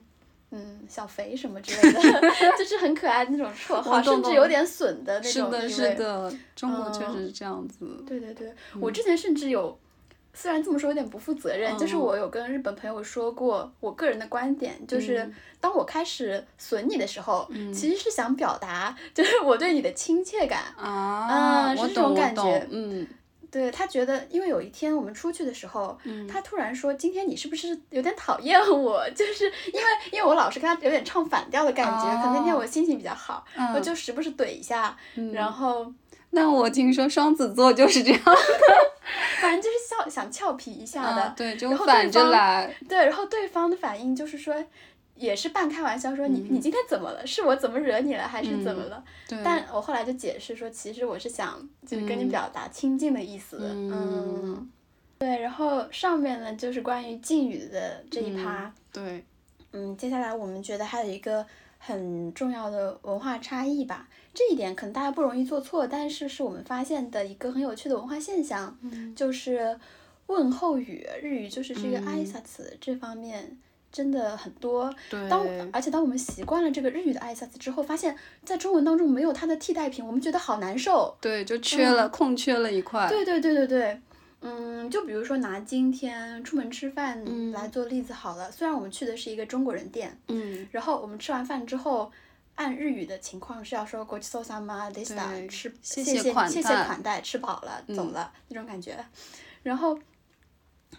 Speaker 1: 嗯小肥什么之类的， 就是很可爱的那种绰号，
Speaker 2: 我
Speaker 1: 甚
Speaker 2: 懂
Speaker 1: 至
Speaker 2: 懂
Speaker 1: 有点损的那
Speaker 2: 是
Speaker 1: 种意
Speaker 2: 的，嗯
Speaker 1: 味。
Speaker 2: 是的，中国确
Speaker 1: 嗯
Speaker 2: 实是这样子。
Speaker 1: 对对对，我之前甚至有，虽然这么说有点不负责任，就是
Speaker 2: 嗯
Speaker 1: 我有跟日本朋友说过我个人的观点，就是
Speaker 2: 嗯
Speaker 1: 当我开始损你的时候，其实是想表达就是我对你的亲切感。
Speaker 2: 啊，
Speaker 1: 嗯
Speaker 2: 我
Speaker 1: 是这种
Speaker 2: 懂，我
Speaker 1: 感觉
Speaker 2: 懂，嗯，
Speaker 1: 对他觉得，因为有一天我们出去的时候，他突然说：“今天你是不是有点讨厌我？” 就是因为因为我老是跟他有点唱反调的感觉，可能那天我心情比较好，
Speaker 2: 嗯
Speaker 1: 我就时不时怼一下，然后
Speaker 2: 那我听说双子座就是这样
Speaker 1: 反正就是笑想俏皮一下的。
Speaker 2: 的，对，就
Speaker 1: 然后对
Speaker 2: 反着
Speaker 1: 方
Speaker 2: 来，
Speaker 1: 对，然后对方的反应就是说，也是半开玩笑说：“你你今天怎么了？是我怎么惹你了，还是怎么了？”
Speaker 2: 对，
Speaker 1: 但我后来就解释说，其实我是想就是跟你表达亲近的意思。
Speaker 2: 嗯
Speaker 1: 嗯对，然后上面呢就是关于敬语的这一趴
Speaker 2: 嗯，对，
Speaker 1: 嗯接下来我们觉得还有一个很重要的文化差异吧，这一点可能大家不容易做错，但是是我们发现的一个很有趣的文化现象，就是问候语，日语就是这个挨萨词这方面真的很多，
Speaker 2: 对，
Speaker 1: 当而且当我们习惯了这个日语的挨萨斯之后，发现在中文当中没有它的替代品，我们觉得好难受。
Speaker 2: 对，就缺了，空缺了一块，
Speaker 1: 对对对对对，嗯，就比如说拿今天出门吃饭
Speaker 2: 嗯
Speaker 1: 来做例子好了。虽然我们去的是一个中国人店，
Speaker 2: 嗯，
Speaker 1: 然后我们吃完饭之后，按日语的情况是要说ごちそうさまでした，
Speaker 2: 对
Speaker 1: 吃
Speaker 2: 谢
Speaker 1: 谢
Speaker 2: 谢款
Speaker 1: 谢谢
Speaker 2: 待
Speaker 1: 款待，吃饱了走
Speaker 2: 嗯
Speaker 1: 了、那种感觉。然后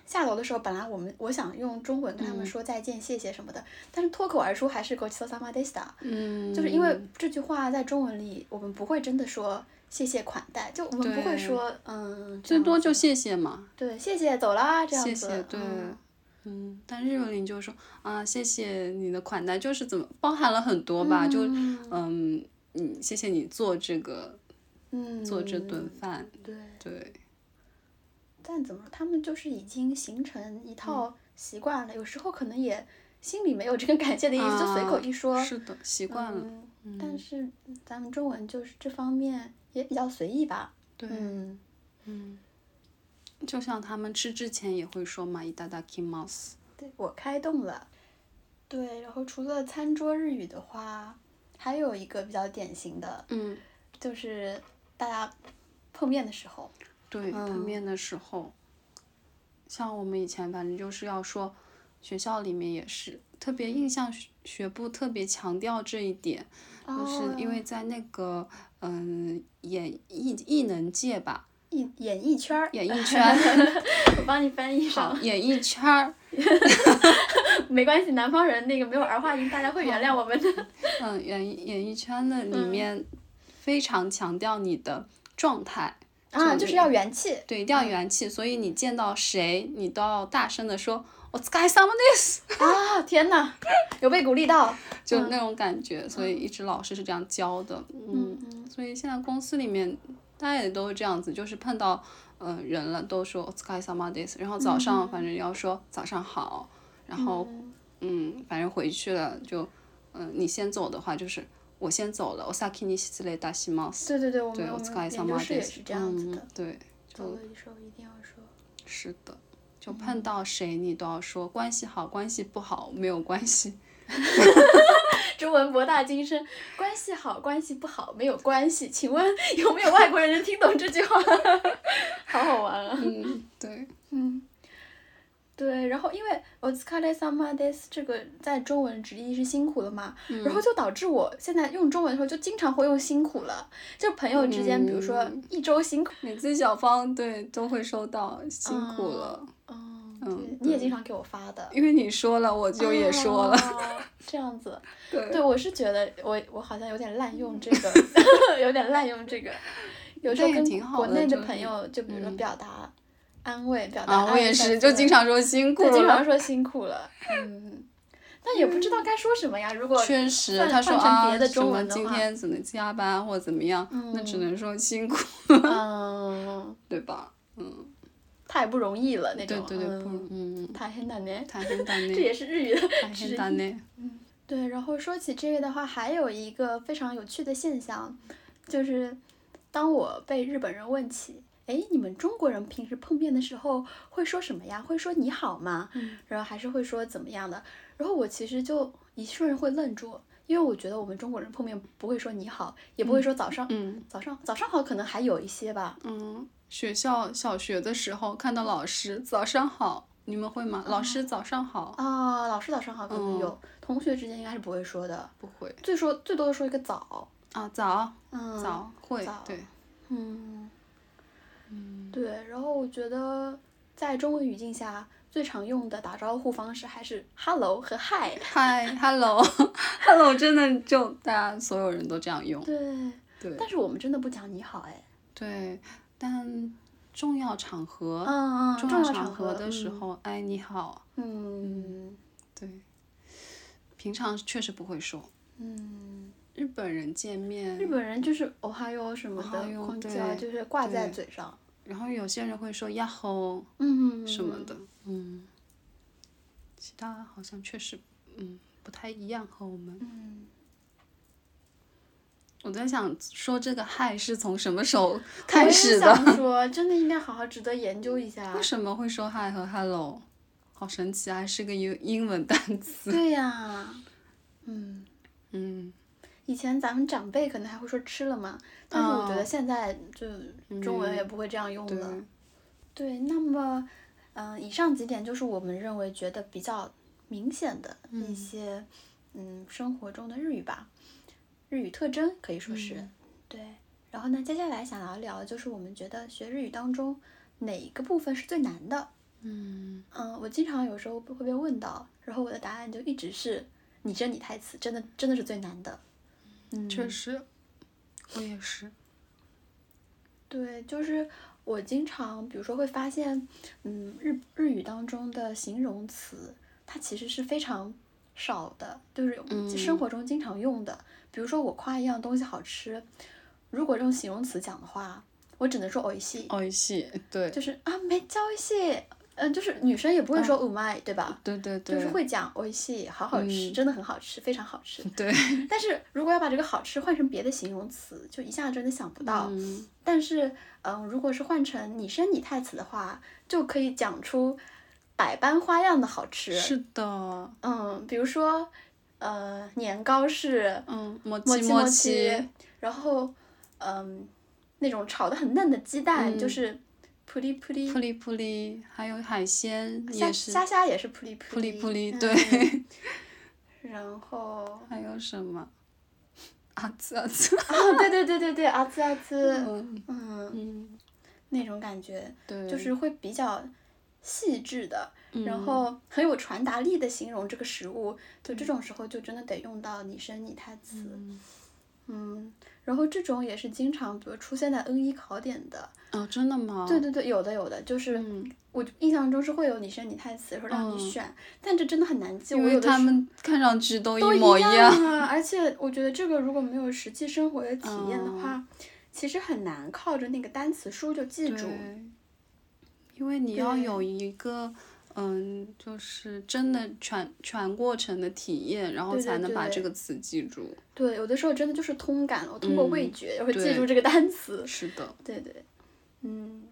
Speaker 1: 下楼的时候，本来我们我想用中文跟他们
Speaker 2: 嗯
Speaker 1: 说再见、谢谢什么的，但是脱口而出还是ごちそうさまでした，
Speaker 2: 嗯，
Speaker 1: 就是因为这句话在中文里我们不会真的说谢谢款待，就我们不会
Speaker 2: 对
Speaker 1: 说嗯，这
Speaker 2: 最
Speaker 1: 样
Speaker 2: 多
Speaker 1: 子
Speaker 2: 就谢谢嘛，
Speaker 1: 对谢谢走啦这样子。
Speaker 2: 谢谢，对
Speaker 1: 嗯，
Speaker 2: 嗯，但日文里就说啊，谢谢你的款待，就是怎么包含了很多吧，就
Speaker 1: 嗯
Speaker 2: 嗯，你谢谢你做这个
Speaker 1: 嗯，
Speaker 2: 做这顿饭，
Speaker 1: 对。
Speaker 2: 对，
Speaker 1: 但怎么，他们就是已经形成一
Speaker 2: 嗯
Speaker 1: 套习惯了，有时候可能也心里没有这个感谢的意思，就随口一说。
Speaker 2: 是的，啊习惯了，
Speaker 1: 嗯，但是咱们中文就是这方面也比较随意吧。
Speaker 2: 对，
Speaker 1: 嗯，
Speaker 2: 嗯，就像他们吃之前也会说嘛，いただきます，
Speaker 1: 对我开动了。对，然后除了餐桌日语的话，还有一个比较典型的
Speaker 2: 嗯，
Speaker 1: 就是大家碰面的时候，
Speaker 2: 对，
Speaker 1: 嗯
Speaker 2: 碰面的时候，像我们以前反正就是要说，学校里面也是特别印象学学部特别强调这一点，就是因
Speaker 1: 哦
Speaker 2: 为在那个嗯演艺艺能界吧，
Speaker 1: 艺演艺圈儿，
Speaker 2: 演艺圈儿
Speaker 1: 我帮你翻译上
Speaker 2: 好，。演艺圈儿，
Speaker 1: 没关系，南方人那个没有儿化音，大家会原谅我们的。
Speaker 2: 嗯，演艺演艺圈的
Speaker 1: 嗯
Speaker 2: 里面非常强调你的状态，
Speaker 1: 啊，
Speaker 2: 就
Speaker 1: 就是
Speaker 2: 是
Speaker 1: 要元气。
Speaker 2: 对，一定要元气，所以你见到谁，你都要大声的说。我 sky s o m e
Speaker 1: 啊，天 哪，有被鼓励到。
Speaker 2: 就那种感觉，所
Speaker 1: 嗯
Speaker 2: 以一直老师是这样教的，嗯，所以现在公司里面大家也都是这样子，就是碰到嗯、呃人了都说 sky s o m e days，然后早
Speaker 1: 嗯
Speaker 2: 上反正要说早上好，然后嗯反正回去了就嗯、呃你先走的话就是我先走了，我 saki ni s l e d a s i m a s
Speaker 1: 对对对，我
Speaker 2: 对，
Speaker 1: 们我
Speaker 2: 我 sky
Speaker 1: 们
Speaker 2: s
Speaker 1: 研
Speaker 2: o m
Speaker 1: 究
Speaker 2: e
Speaker 1: 室
Speaker 2: days
Speaker 1: 也是这样子的
Speaker 2: 嗯，。对，
Speaker 1: 走
Speaker 2: 就
Speaker 1: 了的时候一定要说。
Speaker 2: 是的。就碰到谁你都要说关系好，关系不好没有关系，
Speaker 1: 中文博大精深，关系好，关系不好没有关系。请问 有没有外国人能听懂这 句话？好好玩啊！
Speaker 2: 嗯，对，
Speaker 1: 嗯，对，然后因为 o t s k a r e s a m a d e s 这个在中文直译是辛苦了嘛，然后就导致我现在用中文的时候就经常会用辛苦了，就朋友之间，比如说一周辛苦，
Speaker 2: 每次小芳对都会收到，辛苦了，
Speaker 1: 嗯，
Speaker 2: 嗯
Speaker 1: 对，你也经常给我发的，
Speaker 2: 因为你说了，我就也说了，
Speaker 1: 哦这样子，
Speaker 2: 对
Speaker 1: 对，我是觉得我我好像有点滥用这 个，有点滥用这个，有时候
Speaker 2: 但也
Speaker 1: 跟
Speaker 2: 挺好
Speaker 1: 国
Speaker 2: 的
Speaker 1: 内的
Speaker 2: 就是
Speaker 1: 朋友，就比如说
Speaker 2: 嗯
Speaker 1: 表达安慰，表达
Speaker 2: 啊，我
Speaker 1: 爱
Speaker 2: 也
Speaker 1: 在
Speaker 2: 是，
Speaker 1: 这
Speaker 2: 就
Speaker 1: 个
Speaker 2: 经常说辛苦
Speaker 1: 对，经常
Speaker 2: 了，嗯
Speaker 1: 说辛苦了，嗯，但也不知道该说什么呀。如果
Speaker 2: 确实，
Speaker 1: 换
Speaker 2: 他说
Speaker 1: 换成
Speaker 2: 啊
Speaker 1: 别的
Speaker 2: 什
Speaker 1: 中
Speaker 2: 么
Speaker 1: 文的
Speaker 2: 今
Speaker 1: 话
Speaker 2: 天怎么加班或怎么样，那只能说辛苦，
Speaker 1: 嗯，
Speaker 2: 对吧？
Speaker 1: 太不容易了那
Speaker 2: 对
Speaker 1: 种，
Speaker 2: 对对，不
Speaker 1: 嗯，
Speaker 2: 嗯，
Speaker 1: 大変だね，
Speaker 2: 太很大
Speaker 1: 这
Speaker 2: 内，
Speaker 1: 也是日语的
Speaker 2: 太
Speaker 1: 直
Speaker 2: 很
Speaker 1: 译
Speaker 2: 大内，
Speaker 1: 对，然后说起这个的话，还有一个非常有趣的现象，就是当我被日本人问起，哎，你们中国人平时碰面的时候会说什么呀？会说你好吗？
Speaker 2: 嗯
Speaker 1: 然后还是会说怎么样的？然后我其实就一瞬会愣住，因为我觉得我们中国人碰面不会说你好，也不会说早上。
Speaker 2: 嗯
Speaker 1: 早上早上好，可能还有一些吧。
Speaker 2: 嗯，学校小学的时候看到老师早上好，你们会
Speaker 1: 嗯
Speaker 2: 吗？老师早上好，
Speaker 1: 啊，老师早上好可能
Speaker 2: 嗯
Speaker 1: 有，同学之间应该是不会说的，
Speaker 2: 不会
Speaker 1: 最说最多说一个早，
Speaker 2: 啊，早
Speaker 1: 嗯，
Speaker 2: 早会
Speaker 1: 早
Speaker 2: 对。
Speaker 1: 嗯，对。然后我觉得在中文语境下，最常用的打招呼方式还是 “hello” 和 “hi”。
Speaker 2: 嗨，hello，hello，真的就大家所有人都这样用。
Speaker 1: 对，
Speaker 2: 对
Speaker 1: 但是我们真的不讲“你好”哎。
Speaker 2: 对，但重要场合，
Speaker 1: 嗯嗯，重
Speaker 2: 要
Speaker 1: 场
Speaker 2: 合的时
Speaker 1: 嗯
Speaker 2: 候，哎，你好，
Speaker 1: 嗯
Speaker 2: 对，平常确实不会说。
Speaker 1: 嗯，
Speaker 2: 日本人见
Speaker 1: 日
Speaker 2: 面，
Speaker 1: 本人就是 “ohio” 什么的
Speaker 2: Ohio，
Speaker 1: 空
Speaker 2: 对
Speaker 1: 交就是挂在
Speaker 2: 对
Speaker 1: 嘴上。
Speaker 2: 然后有些人会说呀吼
Speaker 1: 嗯，
Speaker 2: 什么的，嗯，其他好像确实，嗯，不太一样和我们。
Speaker 1: 嗯。
Speaker 2: 我在想说这个嗨是从什么时候
Speaker 1: 我
Speaker 2: 开
Speaker 1: 也
Speaker 2: 始的？
Speaker 1: 想说，真的应该好好值得研究一下
Speaker 2: 为。什么会说 hi 和 hello？好神奇啊，还是个英英文单词。
Speaker 1: 对呀、嗯。
Speaker 2: 嗯，
Speaker 1: 以前咱们长辈可能还会说吃了嘛，但是我觉得
Speaker 2: 哦
Speaker 1: 现在就中文也不会这样用
Speaker 2: 对
Speaker 1: 了。对，那么，嗯、以上几点就是我们认为觉得比较明显的一些，嗯生活中的日语吧，日语特征可以说是、
Speaker 2: 嗯
Speaker 1: 对。然后呢，接下来想聊一聊，就是我们觉得学日语当中哪一个部分是最难的？
Speaker 2: 嗯，
Speaker 1: 嗯，我经常有时候会被问到，然后我的答案就一直是拟真拟台词，真的真的是最难的。嗯，
Speaker 2: 确实，我也是。
Speaker 1: 对，就是我经常，比如说会发现，嗯，日日语当中的形容词，它其实是非常少的，就是我们
Speaker 2: 嗯
Speaker 1: 生活中经常用的。比如说我夸一样东西好吃，如果用形容词讲的话，我只能说おいしい，
Speaker 2: 哦，系，对，
Speaker 1: 就是啊，没教おいしい，嗯，就是女生也不会说うまい，对吧？
Speaker 2: 对对嗯对，嗯
Speaker 1: 就是会讲おいしい，好好吃，真的很好吃，非常好吃。
Speaker 2: 对，
Speaker 1: 但是如果要把这个好吃换成别的形容词，就一下真的想不到。
Speaker 2: 嗯
Speaker 1: 但是，嗯、如果是换成拟声拟态词的话，就可以讲出百般花样的好吃。
Speaker 2: 是的，
Speaker 1: 嗯，比如说，呃，年糕是
Speaker 2: 嗯，默
Speaker 1: 莫
Speaker 2: 契
Speaker 1: 契
Speaker 2: 默
Speaker 1: 契，然后，嗯，那种炒的很嫩的鸡蛋、
Speaker 2: 嗯
Speaker 1: 就是扑哩扑哩
Speaker 2: 扑，哩扑哩，还有海鲜
Speaker 1: 虾
Speaker 2: 也是，
Speaker 1: 虾虾也是扑哩
Speaker 2: 扑
Speaker 1: 扑
Speaker 2: 哩扑哩，
Speaker 1: 嗯
Speaker 2: 对，
Speaker 1: 然后，
Speaker 2: 还有什么？啊呲啊呲，
Speaker 1: 啊，对对对对对，啊滋啊滋，
Speaker 2: 嗯
Speaker 1: 嗯，
Speaker 2: 嗯，
Speaker 1: 那种感觉
Speaker 2: 对，
Speaker 1: 就是会比较细致的。然
Speaker 2: 嗯
Speaker 1: 后很有传达力的形容这个食物，就这种时候就真的得用到拟声拟态词。
Speaker 2: 嗯
Speaker 1: 嗯，然后这种也是经常，比如出现在 N 一考点的。
Speaker 2: 哦，真的吗？
Speaker 1: 对对对，有的有的，就是
Speaker 2: 嗯，
Speaker 1: 我印象中是会有拟声拟态词，说让
Speaker 2: 嗯
Speaker 1: 你选，但这真的很难记。
Speaker 2: 因
Speaker 1: 我
Speaker 2: 为
Speaker 1: 有的
Speaker 2: 他
Speaker 1: 时候
Speaker 2: 们看上去都一
Speaker 1: 都
Speaker 2: 模
Speaker 1: 一
Speaker 2: 样，
Speaker 1: 啊，而且我觉得这个如果没有实际生活的体验
Speaker 2: 哦
Speaker 1: 的话，其实很难靠着那个单词书就记住。
Speaker 2: 对，因为你要
Speaker 1: 对
Speaker 2: 有一个。嗯，就是真的全全过程的体验，然后
Speaker 1: 对对
Speaker 2: 才能把
Speaker 1: 对
Speaker 2: 这个词记住。
Speaker 1: 对，有的时候真的就是通感，我通过味
Speaker 2: 嗯
Speaker 1: 觉、会
Speaker 2: 对
Speaker 1: 记住这个单词。
Speaker 2: 是的，
Speaker 1: 对对，嗯，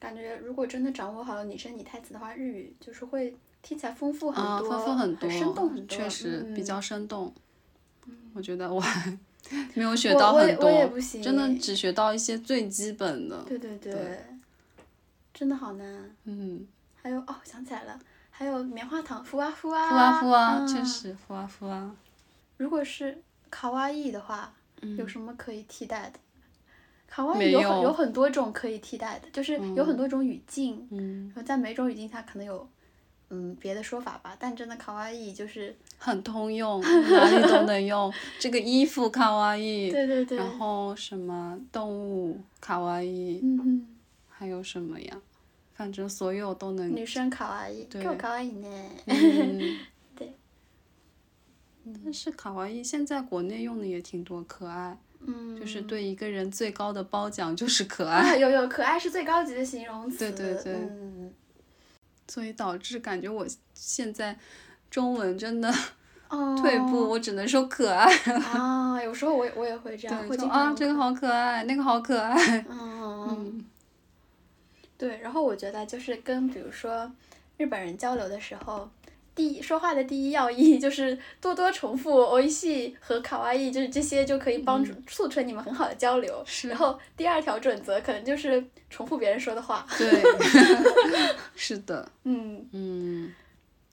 Speaker 1: 感觉如果真的掌握好拟声拟态词的话，日语就是会听起来丰富很
Speaker 2: 啊，
Speaker 1: 多，
Speaker 2: 丰富很多，
Speaker 1: 生动很多，
Speaker 2: 确实比
Speaker 1: 嗯
Speaker 2: 较生动。我觉得我 还没有学
Speaker 1: 我
Speaker 2: 到
Speaker 1: 我
Speaker 2: 很
Speaker 1: 也我也
Speaker 2: 多，
Speaker 1: 不行，欸
Speaker 2: 真的只学到一些最基本的。
Speaker 1: 对对对，
Speaker 2: 对
Speaker 1: 真的好难。
Speaker 2: 嗯，
Speaker 1: 还有哦，想起来了，还有棉花糖，呼啊呼
Speaker 2: 呼
Speaker 1: 啊，
Speaker 2: 啊呼啊，
Speaker 1: 嗯
Speaker 2: 确。实呼啊呼啊。
Speaker 1: 如果是卡哇伊的话，有
Speaker 2: 嗯，
Speaker 1: 什么可以替代的？卡哇
Speaker 2: 没
Speaker 1: 伊有很
Speaker 2: 有
Speaker 1: 有很多种可以替代的，就是有很多种语境，
Speaker 2: 嗯，
Speaker 1: 然后在每种语境下可能有嗯别的说法吧，但真的卡哇伊就是
Speaker 2: 很 通用，哪里都能用。这个衣服卡哇伊，
Speaker 1: 对对对，
Speaker 2: 然后什么动物卡哇伊，
Speaker 1: 嗯哼，
Speaker 2: 还有什么呀？反正所有都能。
Speaker 1: 女生卡哇伊，
Speaker 2: 对
Speaker 1: 够卡哇伊呢，
Speaker 2: 嗯
Speaker 1: 对。
Speaker 2: 但是卡哇伊现在国内用的也挺多，可爱。
Speaker 1: 嗯，
Speaker 2: 就是对一个人最高的褒奖就是可爱，
Speaker 1: 啊，有有，可爱是最高级的形容词，
Speaker 2: 对对对
Speaker 1: 嗯，
Speaker 2: 所以导致感觉我现在中文真的
Speaker 1: 哦，
Speaker 2: 退 步，我只能说可爱。
Speaker 1: 啊，有时候我也我也会这样，会
Speaker 2: 对，说
Speaker 1: 经
Speaker 2: 啊，
Speaker 1: 常
Speaker 2: 这个好可爱，那个好 可爱。
Speaker 1: 嗯，
Speaker 2: 嗯
Speaker 1: 对，然后我觉得就是跟比如说日本人交流的时候。第一说话的第一要义就是多多重复“おいしい”和“卡哇伊”，就是这些就可以帮助促成你们很好的交流。
Speaker 2: 是
Speaker 1: 然后第二条准则可能就是重复别人说的话。
Speaker 2: 对， 是 的，
Speaker 1: 嗯，
Speaker 2: 嗯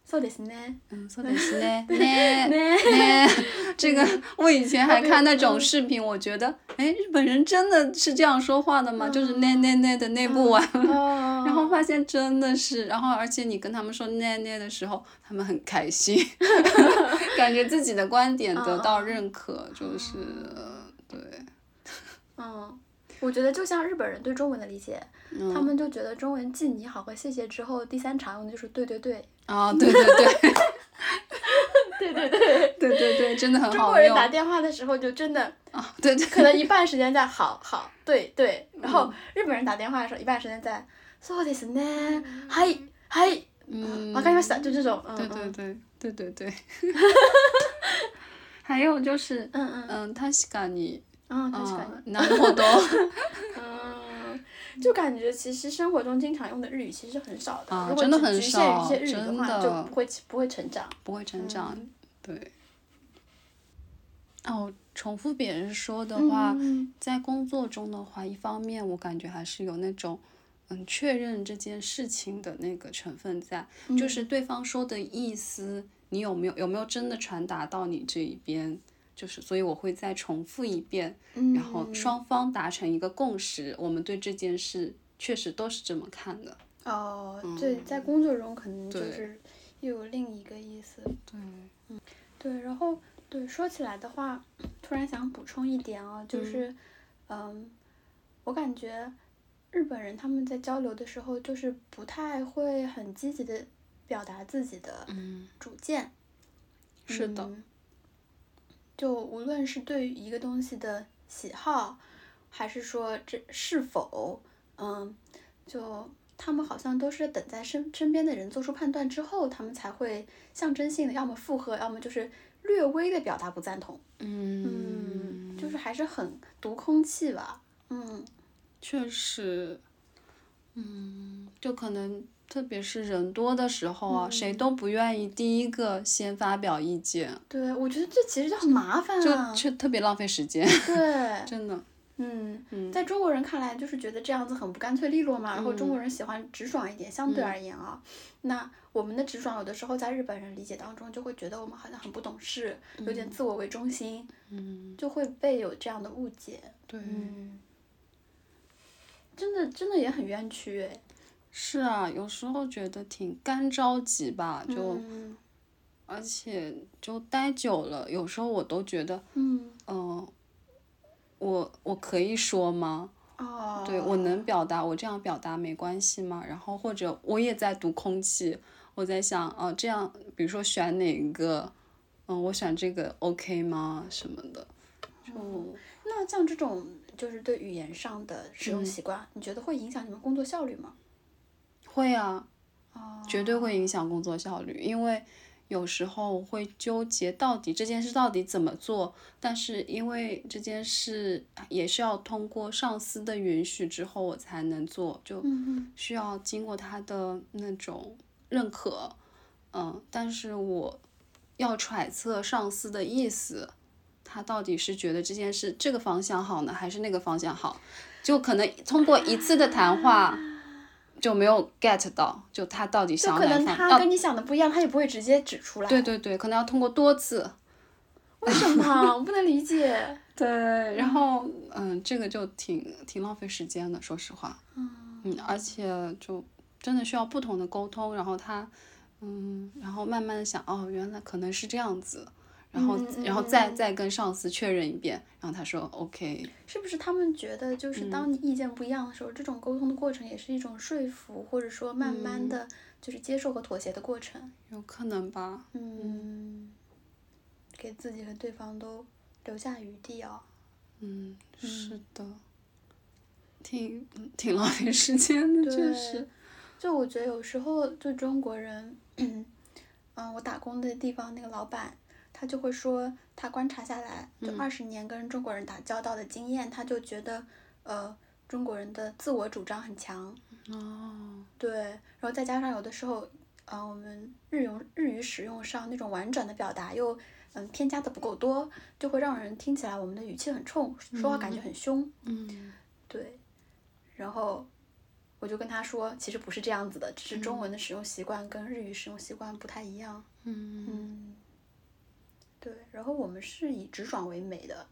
Speaker 1: そうですね。
Speaker 2: 嗯，そうです ね，ね
Speaker 1: ね。
Speaker 2: ね。 这个我以前还看那种
Speaker 1: 嗯
Speaker 2: 视频，我觉得，哎，日本人真的是这样说话的
Speaker 1: 嗯
Speaker 2: 吗？就是ねねね的啊那不完。
Speaker 1: 哦。
Speaker 2: 然后发现真的是，然后而且你跟他们说奈奈的时候，他们很 开心，感觉自己的观点得到认可，就是对，
Speaker 1: 嗯，我觉得就像日本人对中文的理解，他
Speaker 2: 嗯，
Speaker 1: 们就觉得中文记你好和谢谢之后，第三常用的就是对对对。
Speaker 2: 啊，对对对
Speaker 1: 对对对。
Speaker 2: 对对对，真的很
Speaker 1: 中
Speaker 2: 好
Speaker 1: 国人
Speaker 2: 用
Speaker 1: 打电话的时候就真的
Speaker 2: 啊，对对
Speaker 1: 可能一半时间在好好对对，然后
Speaker 2: 嗯
Speaker 1: 日本人打电话的时候一半时间在そうですね，はいはい，
Speaker 2: 嗯
Speaker 1: わかりました，就这种。嗯
Speaker 2: 对对对对对对， 还有就是，
Speaker 1: 嗯嗯嗯
Speaker 2: 嗯，確かに
Speaker 1: 嗯，確かに
Speaker 2: 啊，なるほ ど
Speaker 1: 嗯，就感觉其实生活中经常用的日语其实很少的，
Speaker 2: 啊
Speaker 1: 如果
Speaker 2: 真的
Speaker 1: 只
Speaker 2: 很
Speaker 1: 局限于
Speaker 2: 少
Speaker 1: 一些日语的
Speaker 2: 真
Speaker 1: 话，
Speaker 2: 的
Speaker 1: 就不会不会成长。
Speaker 2: 不会成长，
Speaker 1: 嗯
Speaker 2: 对。哦，重复别人说的话，
Speaker 1: 嗯
Speaker 2: 在工作中的话，一方面我感觉还是有那种，嗯确认这件事情的那个成分在，
Speaker 1: 嗯
Speaker 2: 就是对方说的意思，你有没有有没有真的传达到你这一边？就是所以我会再重复一遍，
Speaker 1: 嗯
Speaker 2: 然后双方达成一个共识，我们对这件事确实都是这么看的。
Speaker 1: 哦，对，在工作中可能就
Speaker 2: 嗯对
Speaker 1: 是又有另一个意思。
Speaker 2: 对，
Speaker 1: 对，然后对说起来的话，突然想补充一点啊，就是，嗯我感觉日本人他们在交流的时候，就是不太会很积极的表达自己的
Speaker 2: 嗯，
Speaker 1: 主见。
Speaker 2: 是的，
Speaker 1: 嗯就无论是对于一个东西的喜好，还是说这是否，嗯，就他们好像都是等在身身边的人做出判断之后，他们才会象征性的要么附和，要么就是略微的表达不赞同。
Speaker 2: 嗯
Speaker 1: 嗯，就是还是很读空气吧。嗯
Speaker 2: 确实，嗯，就可能特别是人多的时候啊，
Speaker 1: 嗯
Speaker 2: 谁都不愿意第一个先发表意见，
Speaker 1: 对，我觉得这其实就很麻烦
Speaker 2: 就
Speaker 1: 啊。
Speaker 2: 却特别浪费时间，
Speaker 1: 对，
Speaker 2: 真的。
Speaker 1: 嗯，
Speaker 2: 嗯
Speaker 1: 在中国人看来，就是觉得这样子很不干脆利落嘛，然后中
Speaker 2: 嗯
Speaker 1: 国人喜欢直爽一点，相对而言啊，那我们的直爽有的时候在日本人理解当中，就会觉得我们好像很不懂事，有点自我为中心，
Speaker 2: 嗯，
Speaker 1: 就会被有这样的误解。
Speaker 2: 对，
Speaker 1: 嗯，真的真的也很冤屈哎。
Speaker 2: 是啊，有时候觉得挺干着急吧，就、
Speaker 1: 嗯
Speaker 2: 而且就待久了，有时候我都觉得，
Speaker 1: 嗯
Speaker 2: 嗯、我我可以说吗？
Speaker 1: 哦，
Speaker 2: 对我能表达，我这样表达没关系吗？然后或者我也在读空气，我在想，哦、这样比如说选哪一个，嗯、我选这个 OK 吗？什么的，就、
Speaker 1: 那像这种就是对语言上的使
Speaker 2: 嗯
Speaker 1: 用习惯，你觉得会影响你们工作效率吗？
Speaker 2: 会啊，
Speaker 1: 哦，
Speaker 2: 绝对会影响工作效率，因为有时候会纠结到底这件事到底怎么做，但是因为这件事也是要通过上司的允许之后我才能做，就
Speaker 1: 嗯
Speaker 2: 需要经过他的那种认可，嗯，但是我要揣测上司的意思，他到底是觉得这件事这个方向好呢，还是那个方向好？就可能通过一次的 谈话就没有 get 到，就他到底
Speaker 1: 就
Speaker 2: 想
Speaker 1: 可
Speaker 2: 哪
Speaker 1: 能
Speaker 2: 一方？哎啊
Speaker 1: 他
Speaker 2: 要
Speaker 1: 跟你想的不一样，他也不会直接指出来。
Speaker 2: 对对对，可能要通过多次。
Speaker 1: 为什 么？我不能理解。
Speaker 2: 对，然后嗯，这个就挺挺浪费时间的，说实话。嗯，而且就真的需要不同的沟通，然后他，嗯，然后慢慢的想，哦，原来可能是这样子，然后、
Speaker 1: 嗯嗯
Speaker 2: 然后
Speaker 1: 嗯
Speaker 2: 再
Speaker 1: 嗯
Speaker 2: 再跟上司确认一遍，然后他说 OK，
Speaker 1: 是不是他们觉得，就是当你意见不一样的时候，这种沟通的过程也是一种说服，或者说慢慢的就是接受和妥协的过程？
Speaker 2: 有可能吧，
Speaker 1: 嗯，给自己和对方都留下余地哦。
Speaker 2: 嗯，是的，挺挺浪费时间的，确
Speaker 1: 对
Speaker 2: 实，
Speaker 1: 就我觉得有时候就中国人， 嗯，我打工的地方那个老板，他就会说他观察下来，就二十年跟中国人打交道的经验，他就觉得，呃，中国人的自我主张很强，
Speaker 2: 哦，
Speaker 1: 对，然后再加上有的时候，嗯、我们日用日语使用上那种婉转的表达又，嗯，添加的不够多，就会让人听起来我们的语气很冲，说话感觉很凶，
Speaker 2: 嗯，
Speaker 1: 对，然后我就跟他说，其实不是这样子的，只是中文的使用习惯跟日语使用习惯不太一样。
Speaker 2: 嗯，
Speaker 1: 嗯，对，然后我们是以直爽为美的，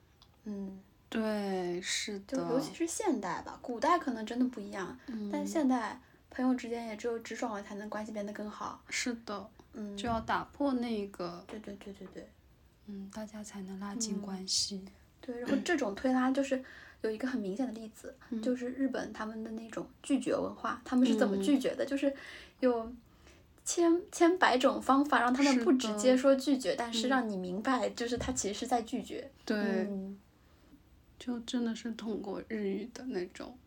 Speaker 1: 嗯，
Speaker 2: 对，是
Speaker 1: 就
Speaker 2: 的，嗯
Speaker 1: 尤其是现代吧，古代可能真的不一样，但现代朋友之间也只有直爽了才能关系变得更好。
Speaker 2: 是的，
Speaker 1: 嗯，
Speaker 2: 就要打破那个，
Speaker 1: 对对对对对
Speaker 2: 嗯，大家才能拉近
Speaker 1: 嗯
Speaker 2: 关系，
Speaker 1: 对，然后这种推拉就是。有一个很明显的例子，
Speaker 2: 嗯
Speaker 1: 就是日本他们的那种拒绝文化，他们是怎么拒绝的？就是有千千百种方法让他们
Speaker 2: 是
Speaker 1: 不直
Speaker 2: 的嗯
Speaker 1: 接说拒绝，但是让你明白，就是他其实是在拒绝。
Speaker 2: 对。
Speaker 1: 嗯
Speaker 2: 就真的是通过日语的那种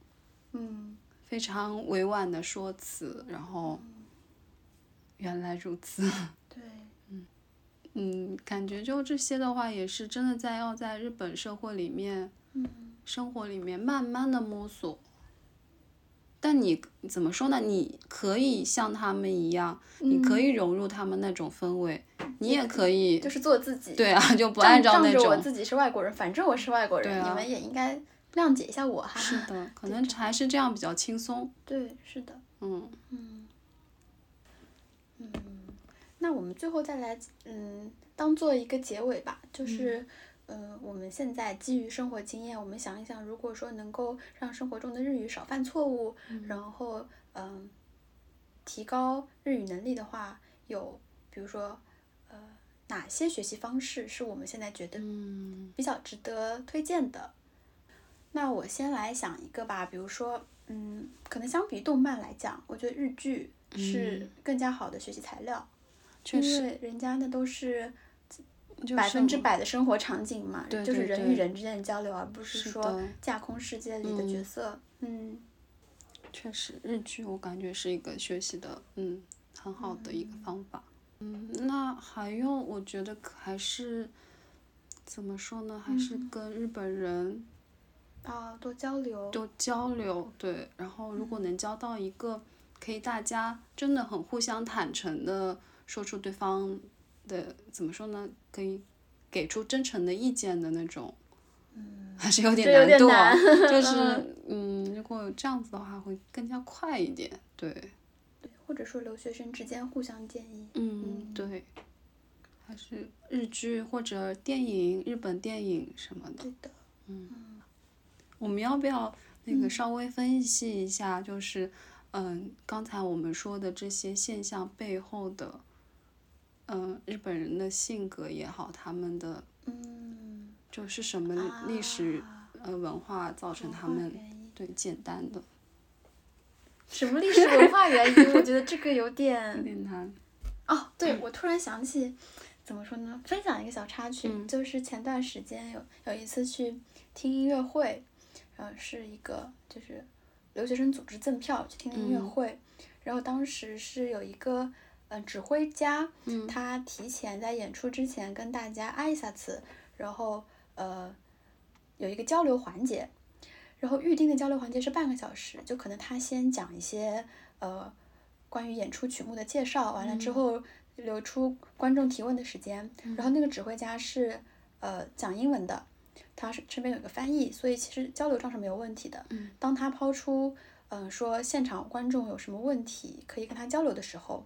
Speaker 1: 嗯，
Speaker 2: 非常委婉的说辞，然后原来如此，
Speaker 1: 对，
Speaker 2: 嗯，感觉就这些的话，也是真的在要在日本社会里面、
Speaker 1: 嗯
Speaker 2: 生活里面慢慢的摸索。但你怎么说呢？你可以像他们一样，你可
Speaker 1: 嗯
Speaker 2: 以融入他们那种氛围，你也可以，
Speaker 1: 就是做自己。
Speaker 2: 对啊，就不
Speaker 1: 仗
Speaker 2: 按照
Speaker 1: 仗
Speaker 2: 那
Speaker 1: 着我
Speaker 2: 种
Speaker 1: 自己是外国人，反正我是外国人，
Speaker 2: 对啊
Speaker 1: 你们也应该谅解一下我哈。
Speaker 2: 是的，可能还是这样比较轻松。
Speaker 1: 对，是的，
Speaker 2: 嗯
Speaker 1: 嗯嗯。那我们最后再来，嗯，当做一个结尾吧，就是。嗯我们现在基于生活经验，我们想一想，如果说能够让生活中的日语少犯错误，然后嗯、提高日语能力的话，有比如说呃哪些学习方式是我们现在觉得
Speaker 2: 嗯
Speaker 1: 比较值得推荐的。那我先来想一个吧，比如说，嗯，可能相比动漫来讲，我觉得日剧是更加好的学习材料，
Speaker 2: 确
Speaker 1: 因
Speaker 2: 实
Speaker 1: 为人家那都是
Speaker 2: 就是
Speaker 1: 百分之
Speaker 2: 我
Speaker 1: 百的生活场景嘛，
Speaker 2: 对
Speaker 1: 就是
Speaker 2: 对
Speaker 1: 人
Speaker 2: 对
Speaker 1: 与人之间的交流，而不是
Speaker 2: 是
Speaker 1: 说
Speaker 2: 的
Speaker 1: 架空世界里的角色。嗯
Speaker 2: 确实，日剧我感觉是一个学习的，嗯，很好的一个方法。嗯，那还用我觉得可还是怎么说呢？还是
Speaker 1: 嗯
Speaker 2: 跟日本人
Speaker 1: 啊，多交流。
Speaker 2: 多交流，对。然后如果能交到一个可以大家真的很互相坦诚的说出对方的怎么说呢？可以给出真诚的意见的那种。还是有点
Speaker 1: 这有
Speaker 2: 难
Speaker 1: 点
Speaker 2: 度啊， 就是嗯，如果这样子的话，会更加快一点，对。
Speaker 1: 或者说留学生之间互相建议，
Speaker 2: 嗯，对，还是日剧或者电影，日本电影什么的。
Speaker 1: 对的，
Speaker 2: 我们要不要那
Speaker 1: 嗯
Speaker 2: 个稍微分析一下？就是，嗯，刚才我们说的这些现象背后的，嗯，日本人的性格也好，他们的
Speaker 1: 嗯，
Speaker 2: 就是什么历史、
Speaker 1: 啊
Speaker 2: 呃文化造成他
Speaker 1: 文化
Speaker 2: 们
Speaker 1: 原因
Speaker 2: 对简单的
Speaker 1: 什么历史文化原因，我觉得这个有点
Speaker 2: 有点难。
Speaker 1: 哦，对，我突然想起，怎么说呢？分享一个小插曲，就是前段时间有有一次去听音乐会，然后是一个就是留学生组织赠票去听音乐会，然后当时是有一个呃指挥家，
Speaker 2: 嗯
Speaker 1: 他提前在演出之前跟大家挨一下次，然后呃有一个交流环节，然后预定的交流环节是半个小时，就可能他先讲一些呃关于演出曲目的介绍，完了之后留出观众提问的时间。然后那个指挥家是呃讲英文的，他是身边有个翻译，所以其实交流上是没有问题的。当他抛出嗯、呃说现场观众有什么问题可以跟他交流的时候，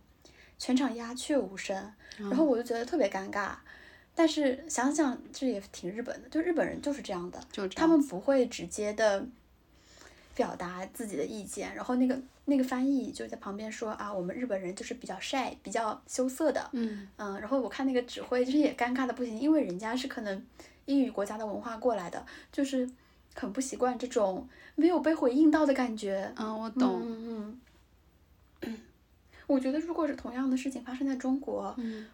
Speaker 1: 全场鸦雀无声，然后我就觉得特别尴尬。但是想想这也挺日本的，就日本人就是这样的，
Speaker 2: 就这
Speaker 1: 他们不会直接的表达自己的意见，然后那个那个翻译就在旁边说啊，我们日本人就是比较 shy，比较羞涩的，
Speaker 2: 嗯
Speaker 1: 嗯，然后我看那个指挥就是也尴尬的不行，因为人家是可能英语国家的文化过来的，就是很不习惯这种没有被回应到的感觉。
Speaker 2: 嗯，我懂。
Speaker 1: 嗯嗯。 我觉得如果是同样的事情发生在中国，
Speaker 2: 嗯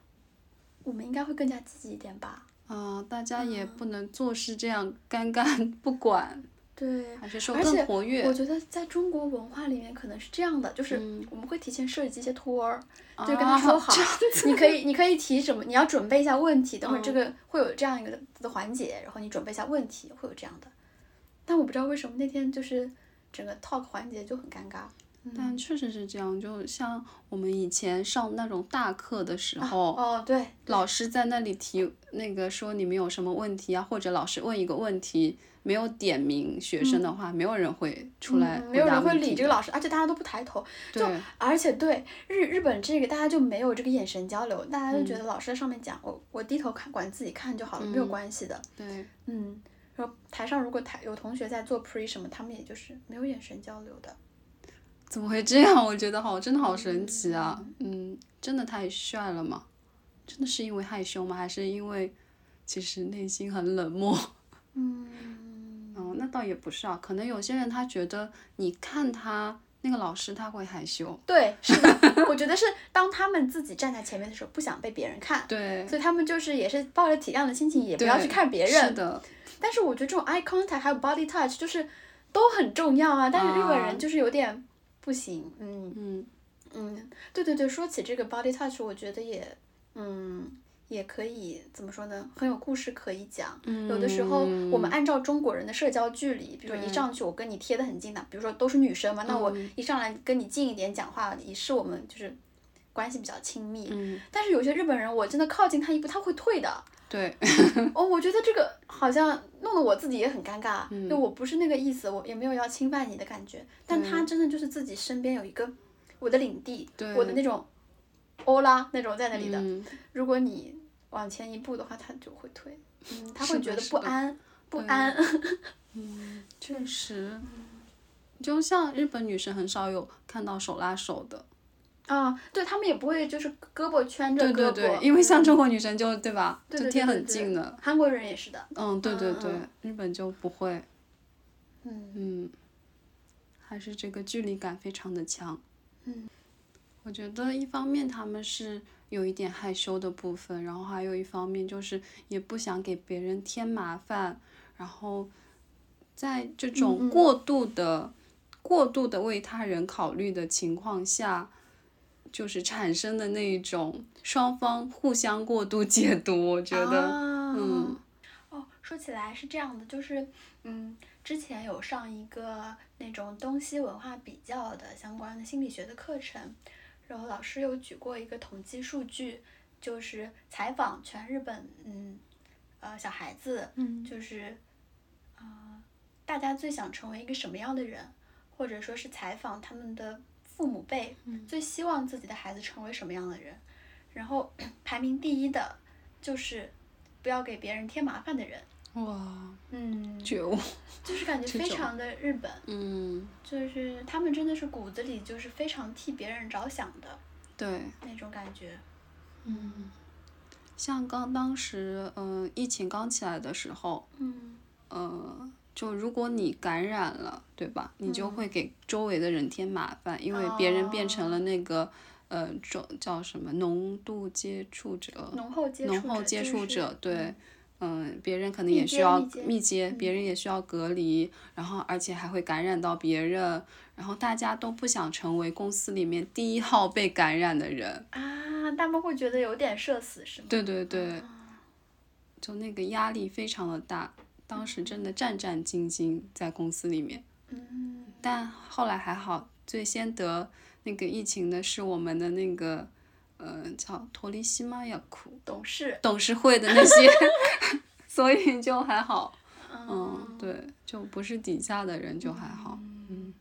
Speaker 1: 我们应该会更加积极一点吧。
Speaker 2: 啊、大
Speaker 1: 嗯
Speaker 2: 家也不能做事这样尴尬 不管，
Speaker 1: 对，
Speaker 2: 还是说
Speaker 1: 而且
Speaker 2: 更活跃
Speaker 1: 我？觉得在中国文化里面可能是这样的，就是
Speaker 2: 嗯
Speaker 1: 我们会提前设计一些托儿，就跟他
Speaker 2: 啊
Speaker 1: 说好，你可以你可以提什么，你要准备一下问题，等会儿这
Speaker 2: 嗯
Speaker 1: 个会有这样一个的环节，然后你准备一下问题，会有这样的。但我不知道为什么那天就是整个 talk 环节就很尴尬。
Speaker 2: 但确实是这样，就像我们以前上那种大课的时候，
Speaker 1: 哦，对，
Speaker 2: 老师在那里提那个说你们有什么问题啊，或者老师问一个问题，没有点名学生的话，没有人会出来、
Speaker 1: 嗯嗯没有人会理这个。老师，而且大家都不抬头，就
Speaker 2: 对
Speaker 1: 而且对日日本这个大家就没有这个眼神交流，大家就觉得老师在上面讲，我我低头看管自己看就好了，没有关系的。
Speaker 2: 对，
Speaker 1: 嗯，然后台上如果台有同学在做 pre 什么，他们也就是没有眼神交流的。
Speaker 2: 怎么会这样？ 我觉得好，真的好神奇啊！嗯，真的太帅了吗？真的是因为害羞吗？还是因为其实内心很冷漠？
Speaker 1: 嗯，
Speaker 2: 哦，那倒也不是啊，可能有些人他觉得你看他那个老师他会害羞，
Speaker 1: 对，是 的，我觉得是当他们自己站在前面的时候，不想被别人看，
Speaker 2: 对，
Speaker 1: 所以他们就是也是抱着体谅的心情，也不
Speaker 2: 对
Speaker 1: 要去看别
Speaker 2: 是
Speaker 1: 人。
Speaker 2: 的，
Speaker 1: 但是我觉得这种 eye contact 还有 body touch 就是都很重要啊，但是日本
Speaker 2: 啊
Speaker 1: 人就是有点不行，嗯。
Speaker 2: 嗯，
Speaker 1: 嗯，对对对，说起这个 body touch，我觉得也，嗯，也可以怎么说呢，很有故事可以讲。有的时候我们按照中国人的社交距离，比如说一上去我跟你贴得很近的，比如说都是女生嘛，那我一上来跟你近一点讲话，以示我们就是关系比较亲密。但是有些日本人，我真的靠近他一步，他会退的。
Speaker 2: 对，
Speaker 1: 哦，我觉得这个好像弄得我自己也很尴尬，就我不是那个意思，我也没有要侵犯你的感觉，但他真的就是自己身边有一个我的领地，
Speaker 2: 对
Speaker 1: 我的那种欧拉那种在那里的，
Speaker 2: 嗯，
Speaker 1: 如果你往前一步的话，他就会退，嗯，他会
Speaker 2: 是
Speaker 1: 觉
Speaker 2: 的
Speaker 1: 得
Speaker 2: 是
Speaker 1: 不
Speaker 2: 的嗯
Speaker 1: 安，不安，
Speaker 2: 确实，就像日本女生很少有看到手拉手的，
Speaker 1: 啊，对他们也不会就是胳膊圈着
Speaker 2: 对
Speaker 1: 胳膊，
Speaker 2: 对对，因为像中国女生就对吧，
Speaker 1: 对
Speaker 2: 就
Speaker 1: 对
Speaker 2: 贴
Speaker 1: 对对
Speaker 2: 很
Speaker 1: 对
Speaker 2: 近的，
Speaker 1: 韩国人也是的，
Speaker 2: 嗯，对对
Speaker 1: 嗯
Speaker 2: 对，日本就不会，
Speaker 1: 嗯
Speaker 2: 嗯，还是这个距离感非常的强。
Speaker 1: 嗯，
Speaker 2: 我觉得一方面他们是有一点害羞的部分，然后还有一方面就是也不想给别人添麻烦，然后在这种
Speaker 1: 嗯嗯
Speaker 2: 过度的、过度的为他人考虑的情况下。就是产生的那一种双方互相过度解读，我觉得，
Speaker 1: 啊
Speaker 2: 嗯，
Speaker 1: 哦，说起来是这样的，就是嗯，之前有上一个那种东西文化比较的相关的心理学的课程，然后老师有举过一个统计数据，就是采访全日本嗯呃小孩子，
Speaker 2: 嗯
Speaker 1: 就是呃大家最想成为一个什么样的人，或者说是采访他们的父母辈，最希望自己的孩子成为什么样的人，然后排名第一的就是不要给别人添麻烦的人，
Speaker 2: 哇，
Speaker 1: 嗯，
Speaker 2: 觉悟，
Speaker 1: 就是感觉
Speaker 2: 这
Speaker 1: 非
Speaker 2: 种
Speaker 1: 常的日本，
Speaker 2: 嗯，
Speaker 1: 就是他们真的是骨子里就是非常替别人着想的
Speaker 2: 对，
Speaker 1: 那种感觉，
Speaker 2: 嗯，像刚当时，嗯、疫情刚起来的时候，
Speaker 1: 嗯
Speaker 2: 呃，就如果你感染了，对吧？你就
Speaker 1: 嗯
Speaker 2: 会给周围的人添麻烦，因为别人变成了
Speaker 1: 哦
Speaker 2: 那个，呃，中叫什么浓度接触者，
Speaker 1: 浓厚接触
Speaker 2: 浓厚
Speaker 1: 者
Speaker 2: 接
Speaker 1: 就
Speaker 2: 触
Speaker 1: 是
Speaker 2: 者，对
Speaker 1: 嗯，
Speaker 2: 嗯、别人可能
Speaker 1: 密
Speaker 2: 也
Speaker 1: 接
Speaker 2: 需要
Speaker 1: 密接嗯
Speaker 2: 密接，别人也需要隔离，然后而且还会感染到别人，然后大家都不想成为公司里面第一号被感染的人，
Speaker 1: 啊，他们会觉得有点社死是吗？
Speaker 2: 对对对，
Speaker 1: 啊
Speaker 2: 就那个压力非常的大，当时真的战战兢兢在公司里面，
Speaker 1: 嗯，
Speaker 2: 但后来还好，最先得那个疫情的是我们的那个，呃，叫托利西玛雅库
Speaker 1: 懂事，
Speaker 2: 董事会的 那些，所以就还好。嗯，
Speaker 1: 嗯，
Speaker 2: 对，就不是底下的人就还好。嗯，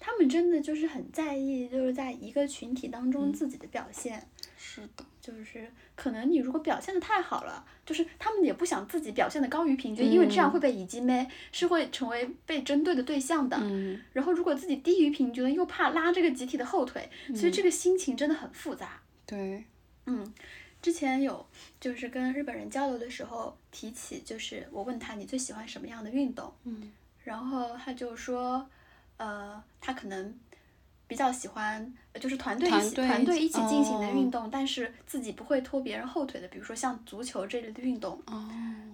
Speaker 1: 他们真的就是很在意，就是在一个群体当中自己的表现，
Speaker 2: 嗯是的，
Speaker 1: 就是可能你如果表现的太好了，就是他们也不想自己表现的高于
Speaker 2: 嗯
Speaker 1: 平均，因为这样会被以及妹是会成为被针对的对象的。
Speaker 2: 嗯，
Speaker 1: 然后如果自己低于平均，又怕拉这个集体的后腿，
Speaker 2: 嗯
Speaker 1: 所以这个心情真的很复杂。
Speaker 2: 对，
Speaker 1: 嗯，之前有就是跟日本人交流的时候提起，就是我问他你最喜欢什么样的运动，
Speaker 2: 嗯，
Speaker 1: 然后他就说，呃，他可能比较喜欢呃就是团队一起
Speaker 2: 团队
Speaker 1: 团队
Speaker 2: 一
Speaker 1: 一
Speaker 2: 起
Speaker 1: 起进行的
Speaker 2: 哦
Speaker 1: 运动，但是自己不会拖别人后腿的，比如说像足球这类的运动，
Speaker 2: 哦，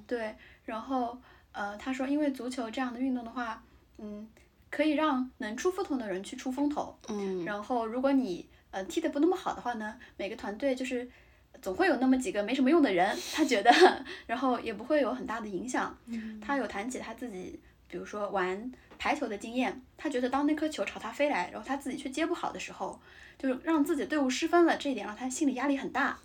Speaker 1: 对，然后呃，他说因为足球这样的运动的话，嗯，可以让能出风头的人去出风头，
Speaker 2: 嗯，
Speaker 1: 然后如果你呃踢得不那么好的话呢，每个团队就是总会有那么几个没什么用的人，他觉得， 然后也不会有很大的影响。
Speaker 2: 嗯
Speaker 1: 他有谈起他自己，比如说玩排球的经验，他觉得当那颗球朝他飞来，然后他自己却接不好的时候，就是让自己队伍失分了，这一点让他心理压力很大。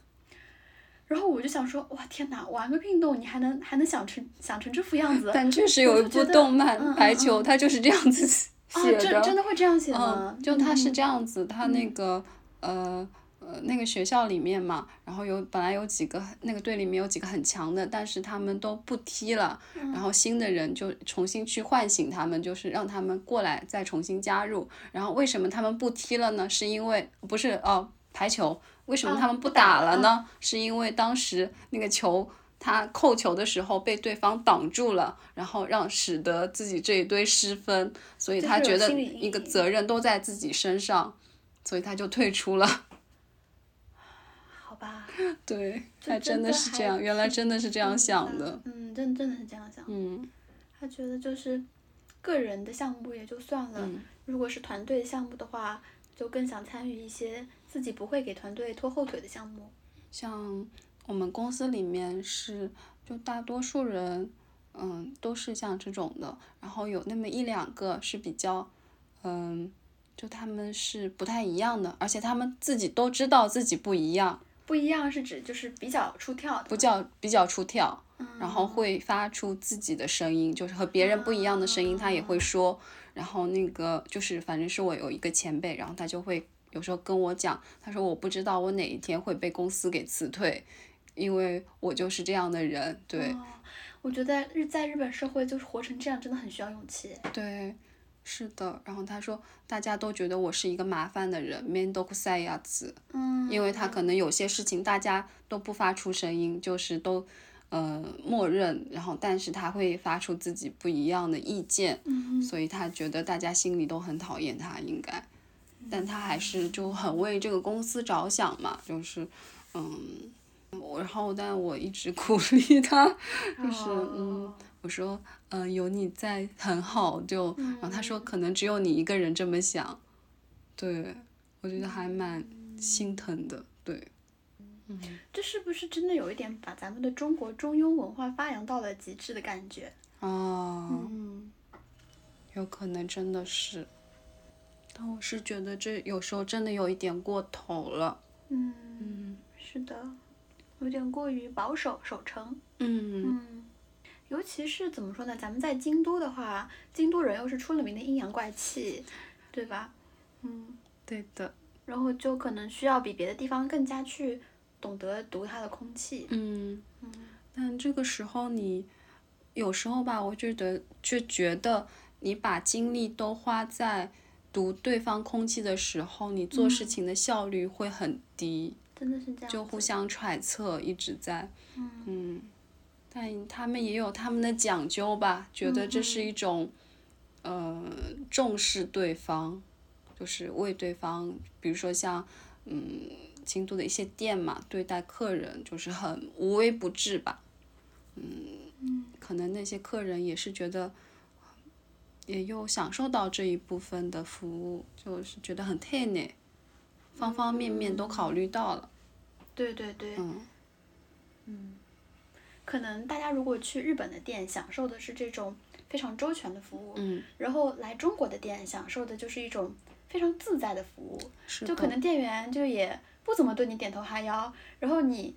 Speaker 1: 然后我就想说，哇天哪，玩个运动你还能还能想成想成这副样子，
Speaker 2: 但确实有一
Speaker 1: 就觉
Speaker 2: 部
Speaker 1: 得
Speaker 2: 动漫
Speaker 1: 嗯
Speaker 2: 《
Speaker 1: 嗯
Speaker 2: 排
Speaker 1: 嗯
Speaker 2: 球》，它就是这样子
Speaker 1: 啊，
Speaker 2: 写
Speaker 1: 真真的会这样写吗
Speaker 2: 嗯，？就他是
Speaker 1: 嗯
Speaker 2: 这样子，他那个呃呃那个学校里面嘛，然后有本来有几个那个队里面有几个很强的，但是他们都不踢了，
Speaker 1: 嗯
Speaker 2: 然后新的人就重新去唤醒他们，就是让他们过来再重新加入。然后为什么他们不踢了呢？是因为不是哦排球，为什么
Speaker 1: 啊
Speaker 2: 他们
Speaker 1: 不
Speaker 2: 不
Speaker 1: 打
Speaker 2: 打
Speaker 1: 了啊
Speaker 2: 了呢？是因为当时那个球。他扣球的时候被对方挡住了，然后让使得自己这一堆失分，所以
Speaker 1: 就
Speaker 2: 他
Speaker 1: 是有
Speaker 2: 觉得
Speaker 1: 心理阴
Speaker 2: 一个
Speaker 1: 影
Speaker 2: 责任都在自己身上，所以他就退出了。
Speaker 1: 好吧，
Speaker 2: 对，
Speaker 1: 这
Speaker 2: 他真的是这样，
Speaker 1: 还
Speaker 2: 原来真的是这样
Speaker 1: 挺
Speaker 2: 想的。，
Speaker 1: 嗯，真真的是这样想。
Speaker 2: 嗯
Speaker 1: 他觉得就是个人的项目也就算了，
Speaker 2: 嗯
Speaker 1: 如果是团队项目的话，就更想参与一些自己不会给团队拖后腿的项目。
Speaker 2: 像我们公司里面是，就大多数人，嗯，都是像这种的，然后有那么一两个是比较，嗯，就他们是不太一样的，而且他们自己都知道自己不一样，
Speaker 1: 不一样是指就是比较出跳的，
Speaker 2: 不叫比较出跳，然后会发出自己的声音，就是和别人不一样的声音，他也会说。然后那个就是反正是我有一个前辈，然后他就会有时候跟我讲，他说我不知道我哪一天会被公司给辞退，因为我就是这样的人。对
Speaker 1: 哦我觉得日在日本社会就是活成这样真的很需要勇气。
Speaker 2: 对，是的。然后他说大家都觉得我是一个麻烦的人，面都不塞牙子。
Speaker 1: 嗯，
Speaker 2: 因为他可能有些事情大家都不发出声音，就是都呃默认，然后但是他会发出自己不一样的意见，
Speaker 1: 嗯
Speaker 2: 所以他觉得大家心里都很讨厌他，应该，但他还是就很为这个公司着想嘛，就是嗯，我然后但我一直 鼓励他，就是嗯
Speaker 1: 哦，
Speaker 2: 我说嗯、呃有你在很好就，然后他说可能只有你一个人这么想，对我觉得还蛮心疼的，对，
Speaker 1: 这是不是真的有一点把咱们的中国中庸文化发扬到了极致的感觉？
Speaker 2: 啊，
Speaker 1: 嗯，
Speaker 2: 有可能真的是，但我是觉得这有时候真的有一点过头了，
Speaker 1: 嗯，是的，有点过于保守守成。
Speaker 2: 嗯
Speaker 1: 嗯，尤其是怎么说呢？咱们在京都的话，京都人又是出了名的阴阳怪气，对吧？嗯，
Speaker 2: 对的，
Speaker 1: 然后就可能需要比别的地方更加去懂得读它的空气。
Speaker 2: 嗯。
Speaker 1: 嗯
Speaker 2: 但这个时候你有时候吧，我觉得就觉得你把精力都花在读对方空气的时候，你做事情的效率会很低，
Speaker 1: 真的是这样子，
Speaker 2: 就互相揣测，一直在
Speaker 1: 嗯
Speaker 2: 嗯。但他们也有他们的讲究吧，觉得这
Speaker 1: 嗯
Speaker 2: 是一种，呃，重视对方，就是为对方，比如说像，嗯，京都的一些店嘛，对待客人就是很无微不至吧。
Speaker 1: 嗯
Speaker 2: 可能那些客人也是觉得，也又享受到这一部分的服务，就是觉得很贴呢，方方面面都考虑到了。
Speaker 1: 对对对，
Speaker 2: 嗯
Speaker 1: 嗯，可能大家如果去日本的店，享受的是这种非常周全的服务，
Speaker 2: 嗯，
Speaker 1: 然后来中国的店，享受的就是一种非常自在的服务，
Speaker 2: 是
Speaker 1: 就可
Speaker 2: 的，
Speaker 1: 能店员就也不怎么对你点头哈腰，然后你，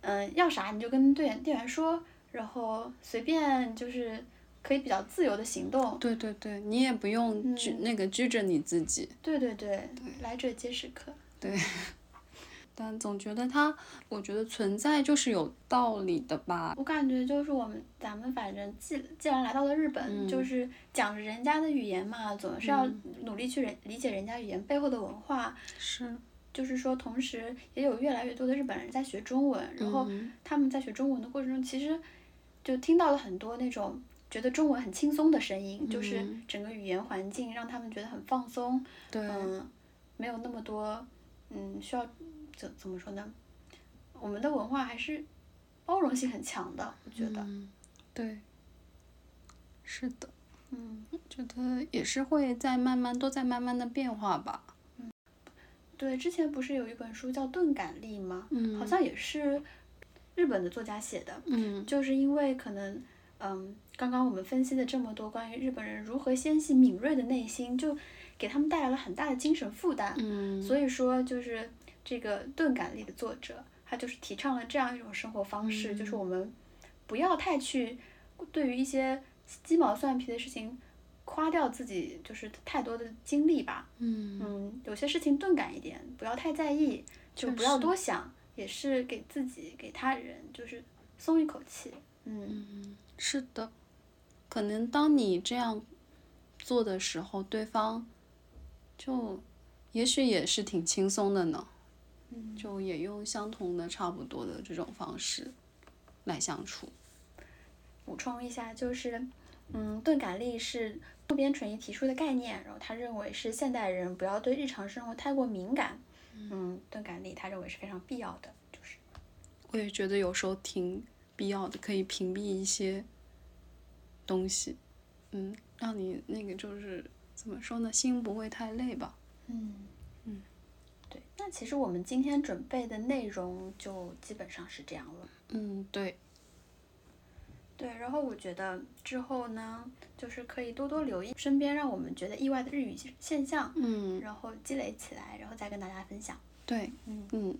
Speaker 1: 嗯、要啥你就跟店员店员说，然后随便就是可以比较自由的行动，
Speaker 2: 对对对，你也不用拘、
Speaker 1: 嗯
Speaker 2: 那个拘着你自己。
Speaker 1: 对对对，来者皆是客，
Speaker 2: 但总觉得它，我觉得存在就是有道理的吧。
Speaker 1: 我感觉就是我们咱们反正既既然来到了日本，
Speaker 2: 嗯
Speaker 1: 就是讲着人家的语言嘛，总是要努力去人、理解人家语言背后的文化。
Speaker 2: 是，
Speaker 1: 就是说，同时也有越来越多的日本人在学中文，然后
Speaker 2: 嗯
Speaker 1: 他们在学中文的过程中，其实就听到了很多那种觉得中文很轻松的声音，就是
Speaker 2: 嗯
Speaker 1: 整个语言环境让他们觉得很放松，
Speaker 2: 对，
Speaker 1: 嗯，没有那么多，嗯，需要怎怎么说呢？我们的文化还是包容性很强的，我觉得，
Speaker 2: 嗯对，是的。
Speaker 1: 嗯，
Speaker 2: 觉得也是会在慢慢都在慢慢的变化吧，
Speaker 1: 对，之前不是有一本书叫《钝感力》吗？
Speaker 2: 嗯
Speaker 1: 好像也是日本的作家写的，
Speaker 2: 嗯
Speaker 1: 就是因为可能，嗯，刚刚我们分析的这么多关于日本人如何纤细敏锐的内心，就给他们带来了很大的精神负担，
Speaker 2: 嗯，
Speaker 1: 所以说，就是这个《钝感力》的作者，他就是提倡了这样一种生活方式，就是我们不要太去对于一些鸡毛蒜皮的事情夸掉自己，就是太多的精力吧。
Speaker 2: 嗯
Speaker 1: 嗯，有些事情钝感一点，不要太在意，就
Speaker 2: 确
Speaker 1: 不要
Speaker 2: 实
Speaker 1: 多想，也是给自己给他人就是松一口气。嗯，
Speaker 2: 是的，可能当你这样做的时候，对方就也许也是挺轻松的呢，
Speaker 1: 嗯
Speaker 2: 就也用相同的差不多的这种方式来相处。
Speaker 1: 补充一下，就是，嗯，钝感力是渡边淳一提出的概念，然后他认为是现代人不要对日常生活太过敏感，嗯，钝感力他认为是非常必要的，就是，
Speaker 2: 我也觉得有时候挺必要的，可以屏蔽一些东西，嗯，让你那个就是怎么说呢，心不会太累吧。
Speaker 1: 嗯嗯，对，那其实我们今天准备的内容就基本上是这样了。
Speaker 2: 嗯，对，
Speaker 1: 对，然后我觉得之后呢，就是可以多多留意身边让我们觉得意外的日语现象，
Speaker 2: 嗯，
Speaker 1: 然后积累起来，然后再跟大家分享。
Speaker 2: 对，
Speaker 1: 嗯
Speaker 2: 嗯，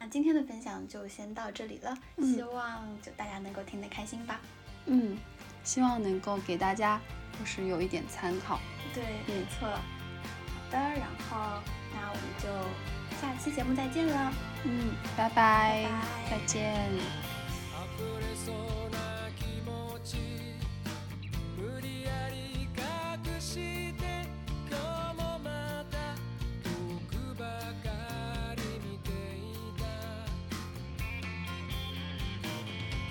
Speaker 1: 那今天的分享就先到这里了，
Speaker 2: 嗯
Speaker 1: 希望就大家能够听得开心吧。
Speaker 2: 嗯，希望能够给大家就是有一点参考。嗯
Speaker 1: 对，没错。好的，然后那我们就下期节目再见了。
Speaker 2: 嗯，拜
Speaker 1: 拜
Speaker 2: 拜，
Speaker 1: 拜
Speaker 2: 再见。
Speaker 3: 溢れそうな気持ち無理やり隠して今日もまた遠くばかり見ていた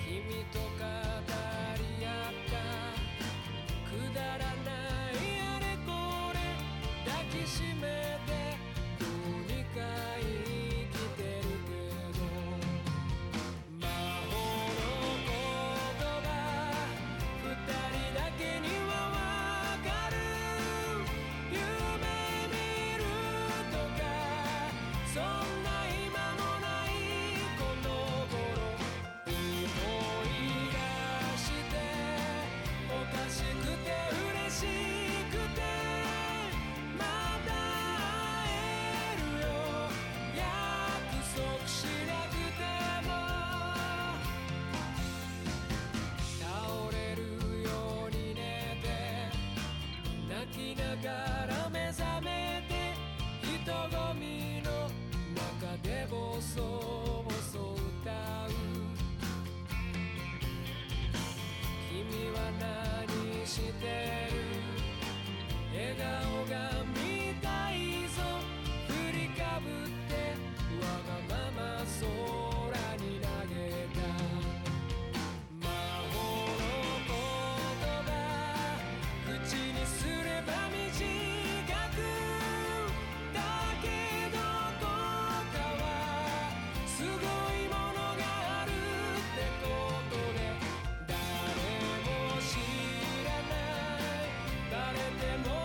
Speaker 3: 君と語り合ったくだらないあれこれ抱きしめてどうにか生きてるけど「魔法の言葉」「二人だけにはわかる」「夢見るとかそんな今もないこの頃」「思い出しておかしくて嬉しくて」「また会えるよ約束しなくても」「倒れるように寝て」「泣きながら目覚めて」「人混みの中でボソボソ歌う」「君は何してる?」「笑顔が見たいぞ」「振りかぶってわがまま空に投げた」「魔法の言葉」「口にすれば短く」「だけど効果はすごいものがあるってことで」「誰も知らない」「誰でも